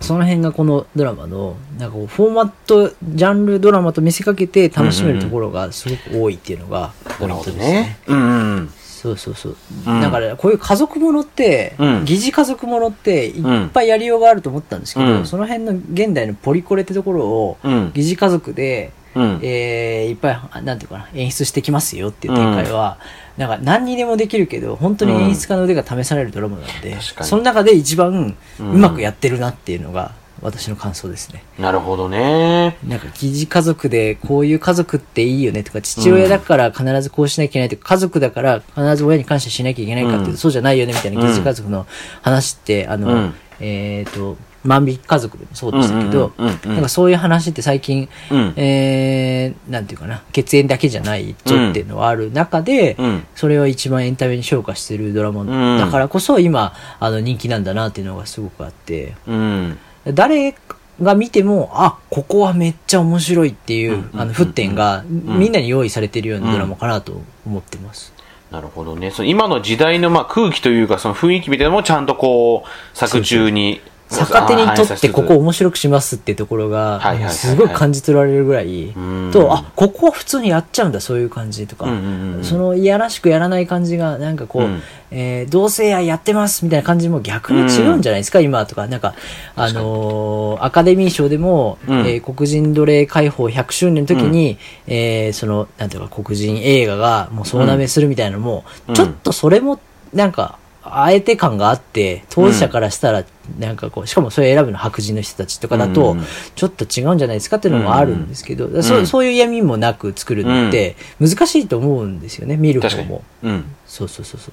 [SPEAKER 2] その辺がこのドラマのなんかこうフォーマットジャンルドラマと見せかけて楽しめるところがすごく多いっていうのがポイ
[SPEAKER 3] なる
[SPEAKER 2] ン
[SPEAKER 3] ほ
[SPEAKER 2] ト
[SPEAKER 3] ど
[SPEAKER 2] ですね
[SPEAKER 3] ねうんうん
[SPEAKER 2] そうそうそう、
[SPEAKER 3] うん
[SPEAKER 2] だからこういう家族ものって、
[SPEAKER 3] うん
[SPEAKER 2] 疑似家族ものって
[SPEAKER 3] うん
[SPEAKER 2] いっぱいやりようがあると思ったんですけど、
[SPEAKER 3] うん
[SPEAKER 2] その辺の現代のポリコレってところを
[SPEAKER 3] うん
[SPEAKER 2] 疑似家族で、
[SPEAKER 3] うん
[SPEAKER 2] えーいっぱいあなんていうかな演出してきますよっていう展開は、なんか何にでもできるけど本当に演出家の腕が試されるドラマなので、
[SPEAKER 3] 確かに
[SPEAKER 2] その中で一番う
[SPEAKER 3] うん
[SPEAKER 2] まくやってるなっていうのが私の感想ですね。
[SPEAKER 3] なるほどね
[SPEAKER 2] なんか疑似家族でこういう家族っていいよねとか父親だから必ずこうしなきゃいけないとか家族だから必ず親に感謝しなきゃいけないかっていう
[SPEAKER 3] うん
[SPEAKER 2] とそうじゃないよねみたいな
[SPEAKER 3] うん
[SPEAKER 2] 疑似家族の話ってあ
[SPEAKER 3] う
[SPEAKER 2] の
[SPEAKER 3] ん
[SPEAKER 2] えっと万引き家族でもそうでしたけど
[SPEAKER 3] うんうんうんうんうん
[SPEAKER 2] なんかそういう話って最近
[SPEAKER 3] うん
[SPEAKER 2] えーなんていうかな血縁だけじゃないぞっていうのはある中で
[SPEAKER 3] うん
[SPEAKER 2] それを一番エンタメに昇華してるドラ
[SPEAKER 3] うん
[SPEAKER 2] マだからこそ今あの人気なんだなっていうのがすごくあって。
[SPEAKER 3] うん
[SPEAKER 2] 誰が見ても、あ、ここはめっちゃ面白いっていう、
[SPEAKER 3] うんうんうんうん
[SPEAKER 2] あの、沸点が、みんなに用意されてるようなドラマかなと思ってます。
[SPEAKER 3] なるほどね。その今の時代のまあ空気というか、その雰囲気みたいなのもちゃんとこう、作中に。
[SPEAKER 2] 逆手にとってここ
[SPEAKER 3] を。
[SPEAKER 2] 面白くしますってところが
[SPEAKER 3] はいはいはいは、い
[SPEAKER 2] すごい感じ取られるぐらい
[SPEAKER 3] うん、
[SPEAKER 2] と、あ、ここは普通にやっちゃうんだ、そういう感じとか
[SPEAKER 3] うんうんう、ん
[SPEAKER 2] そのいやらしくやらない感じが、なんかこう
[SPEAKER 3] うん、
[SPEAKER 2] えー同性愛やってますみたいな感じも逆に違うんじゃないですか、今とか。なんか、あのーアカデミー賞でも、
[SPEAKER 3] うん
[SPEAKER 2] えー黒人奴隷解放100周年の時に、えーその、なんていうか黒人映画がもう総なめするみたいなのも、
[SPEAKER 3] うん
[SPEAKER 2] ちょっとそれも、なんか、あえて感があって、当事者からしたら、なんかこう、しかもそれ選ぶの白人の人たちとかだ
[SPEAKER 3] う
[SPEAKER 2] と
[SPEAKER 3] んうん、
[SPEAKER 2] ちょっと違うんじゃないですかっていうのもあるんですけど、
[SPEAKER 3] ん
[SPEAKER 2] そうそういう嫌味もなく作るのって、難しいと思うんですよね、見る
[SPEAKER 3] 確
[SPEAKER 2] 方
[SPEAKER 3] かに
[SPEAKER 2] も。。
[SPEAKER 3] うん。
[SPEAKER 2] そうそうそうそう。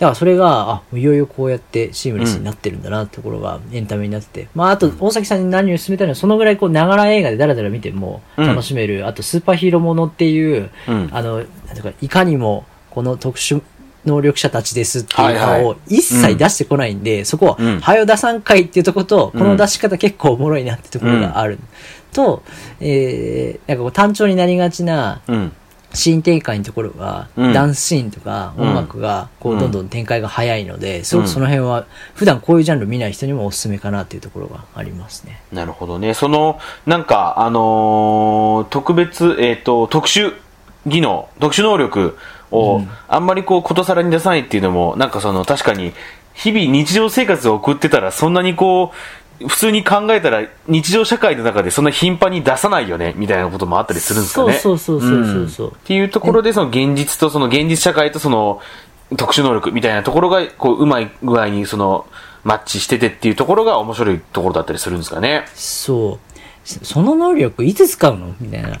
[SPEAKER 2] だからそれが、あ、いよいよこうやってシームレスになってるんだなってところがエンタメになってて。まあ、あと、大崎さんに何を勧めたいのは、そのぐらいこう、ながら映画でだらだら見ても
[SPEAKER 3] うん
[SPEAKER 2] 楽しめる。あと、スーパーヒーローものっていう、
[SPEAKER 3] うん
[SPEAKER 2] あの、なんていうか、いかにも、この特殊能力者たちですっていう
[SPEAKER 3] はい
[SPEAKER 2] の
[SPEAKER 3] は
[SPEAKER 2] を一切出してこないんで、そこは、
[SPEAKER 3] うん
[SPEAKER 2] はよ出さんかいっていうところと、
[SPEAKER 3] うん
[SPEAKER 2] この出し方結構おもろいなってところがある。と、えー、なんかこう、単調になりがちな、
[SPEAKER 3] うん
[SPEAKER 2] シーン展開のところが、
[SPEAKER 3] うん
[SPEAKER 2] ダンスシーンとか
[SPEAKER 3] うん
[SPEAKER 2] 音楽がこ
[SPEAKER 3] う
[SPEAKER 2] うんどんどん展開が早いので、すごくその辺は普段こういうジャンル見ない人にもおすすめかなっていうところがありますね。
[SPEAKER 3] なるほどね。その、なんか、あのー特別、えっ、と、特殊技能、特殊能力を、あんまりこう、ことさらに出さないっていうのも、なんかその、確かに、日々日常生活を送ってたら、そんなにこう、普通に考えたら、日常社会の中でそんな頻繁に出さないよね、みたいなこともあったりするんですかね。
[SPEAKER 2] そうそうそうそうそうそうん
[SPEAKER 3] っていうところで、その現実と、その現実社会とその、特殊能力みたいなところが、こう、うまい具合に、その、マッチしててっていうところが面白いところだったりするんですかね。
[SPEAKER 2] そう。そその能力いつ使うのみたいな。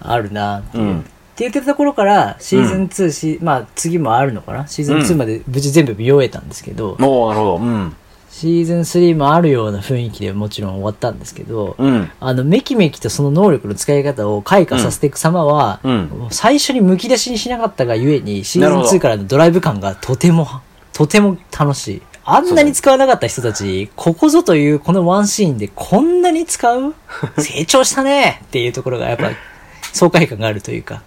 [SPEAKER 2] あるなっていう。
[SPEAKER 3] うん
[SPEAKER 2] って言ってたところから、シーズン2、しまあ次もあるのかなシーズン2まで無事全部見終えたんですけど、
[SPEAKER 3] おおなるほど。うん。
[SPEAKER 2] シーズン3もあるような雰囲気でもちろん終わったんですけど、
[SPEAKER 3] うん。
[SPEAKER 2] あの、メキメキとその能力の使い方を開花させていく様は、
[SPEAKER 3] うん
[SPEAKER 2] もう最初にむき出しにしなかったがゆえに、シ
[SPEAKER 3] なる
[SPEAKER 2] ー
[SPEAKER 3] ほ
[SPEAKER 2] ズン2
[SPEAKER 3] ど
[SPEAKER 2] からのドライブ感がとても、とても楽しい。あんなに使わなかった人たち、ここぞというこのワンシーンでこんなに使 う成長したねっていうところがやっぱ、爽快感があるというか。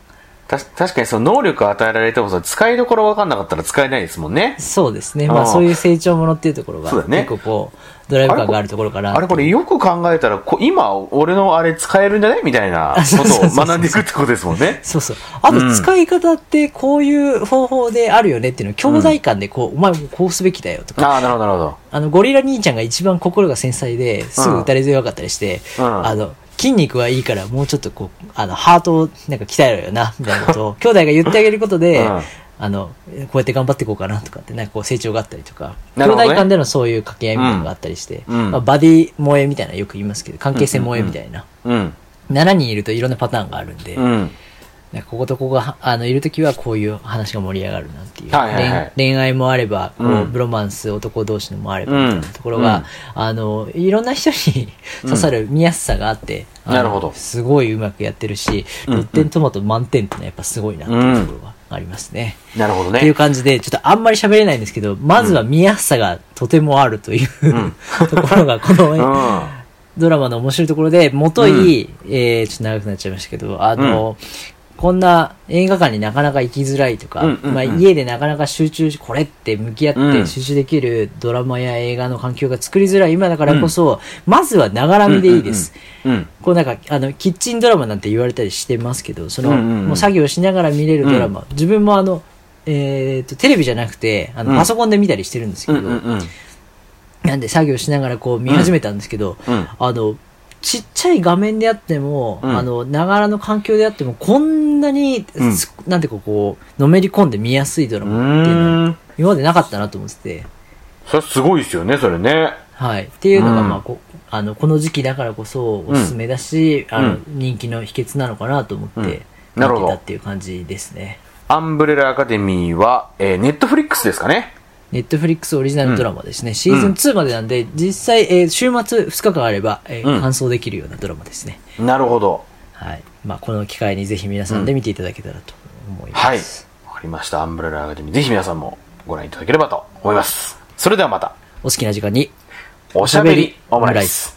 [SPEAKER 3] た確かにその能力を与えられてもさ、使いどころわかんなかったら使えないですもんね。
[SPEAKER 2] そうですね。ま
[SPEAKER 3] あ
[SPEAKER 2] あ
[SPEAKER 3] あ
[SPEAKER 2] そういう成長ものっていうところが、
[SPEAKER 3] そうだね
[SPEAKER 2] 結構こう、ドライブ感があるところかな
[SPEAKER 3] あれこれよく考えたら、こ今俺のあれ使えるんじゃないみたいな
[SPEAKER 2] そう
[SPEAKER 3] こ
[SPEAKER 2] そうそう
[SPEAKER 3] と
[SPEAKER 2] そう
[SPEAKER 3] を学んでいくってことですもんね。
[SPEAKER 2] そうそう。あと、使い方ってこういう方法であるよねっていうのを、兄弟間でこう、お前もこうすべきだよとか、
[SPEAKER 3] ああ、なるほど、なるほど。
[SPEAKER 2] あの、ゴリラ兄ちゃんが一番心が繊細で、すぐ打たれ強かったりして、
[SPEAKER 3] うん
[SPEAKER 2] あの、筋肉はいいから、もうちょっとこう、あの、ハートをなんか鍛えろよな、みたいな ことを、兄弟が言ってあげることで、
[SPEAKER 3] うん
[SPEAKER 2] あの、こうやって頑張っていこうかなとかって、なんかこう成長があったりとか、兄
[SPEAKER 3] なるほどね
[SPEAKER 2] 弟間でのそういう掛け合いみたいなのがあったりして、
[SPEAKER 3] うんうん
[SPEAKER 2] まあ、バディ萌えみたいなのよく言いますけど、関係性萌えみたいな。
[SPEAKER 3] うん。
[SPEAKER 2] 7人いるといろんなパターンがあるんで、
[SPEAKER 3] うん。
[SPEAKER 2] なんかこことここがあのいるときはこういう話が盛り上がるなっていう、
[SPEAKER 3] はいはいはい
[SPEAKER 2] 恋恋愛もあればこう、
[SPEAKER 3] うん
[SPEAKER 2] ブロマンス男同士のもあれば
[SPEAKER 3] うん
[SPEAKER 2] みたいなところが、あのいろんな人に 刺さる見やすさがあって、あの
[SPEAKER 3] なるほど
[SPEAKER 2] すごいうまくやってるし、
[SPEAKER 3] うんうん
[SPEAKER 2] ロッテントマト満点ってのはやっぱすごいなっていうところがありますね。
[SPEAKER 3] なるほど
[SPEAKER 2] っていう
[SPEAKER 3] ね。
[SPEAKER 2] 感じで、ちょっとあんまり喋れないんですけど、まずは見やすさがとてもあるという、 ところが、この、
[SPEAKER 3] うん。
[SPEAKER 2] ドラマの面白いところで、もとい、えー、ちょっと長くなっちゃいましたけど、あの、こんな映画館になかなか行きづらいとか、
[SPEAKER 3] うんうんうん
[SPEAKER 2] まあ、家でなかなか集中し、これって向き合っ
[SPEAKER 3] う
[SPEAKER 2] て
[SPEAKER 3] ん
[SPEAKER 2] 集中できるドラマや映画の環境が作りづらい今だからこそ、まずはながら見でいいです。
[SPEAKER 3] うん。
[SPEAKER 2] こうなんか、あの、キッチンドラマなんて言われたりしてますけど、その、
[SPEAKER 3] うんうんうん
[SPEAKER 2] もう作業しながら見れるドラマ、自分もあの、えー、と、テレビじゃなくて、あの、
[SPEAKER 3] うん
[SPEAKER 2] パソコンで見たりしてるんですけ
[SPEAKER 3] うん。
[SPEAKER 2] ど、
[SPEAKER 3] うん。うん。
[SPEAKER 2] なんで作業しながらこう見始めたんですけど、
[SPEAKER 3] うん
[SPEAKER 2] あの、ちっちゃい画面であっても、
[SPEAKER 3] うん
[SPEAKER 2] あの、ながらの環境であっても、こんなに、
[SPEAKER 3] うん
[SPEAKER 2] すなんていうかこう、のめり込んで見やすいドラ
[SPEAKER 3] う
[SPEAKER 2] マっていうのは、
[SPEAKER 3] ーん。
[SPEAKER 2] 今までなかったなと思ってて、
[SPEAKER 3] それはすごいですよね、それね。
[SPEAKER 2] はい。っていうのが、
[SPEAKER 3] うん
[SPEAKER 2] まあ、こあの、この時期だからこそおすすめだし、あの
[SPEAKER 3] う、
[SPEAKER 2] 人気の秘訣なのかなと思って、
[SPEAKER 3] うん
[SPEAKER 2] 見て
[SPEAKER 3] なるほど
[SPEAKER 2] たっていう感じですね。
[SPEAKER 3] アンブレラアカデミーは、えー、ネットフリックスですかね。
[SPEAKER 2] ネットフリックスオリジナルドラマですね。シーズン2までなんで、実際、えー週末2日間あれば、えー
[SPEAKER 3] う
[SPEAKER 2] 完
[SPEAKER 3] ん
[SPEAKER 2] 走できるようなドラマですね。
[SPEAKER 3] なるほど。
[SPEAKER 2] はい。まあ、この機会にぜひ皆さんで見ていただけたらと思いま
[SPEAKER 3] はい
[SPEAKER 2] す。。
[SPEAKER 3] わかりました。アンブレラアカデミー、ぜひ皆さんもご覧いただければと思います。それではまた、
[SPEAKER 2] お好きな時間に。
[SPEAKER 3] おしゃべりオムライス。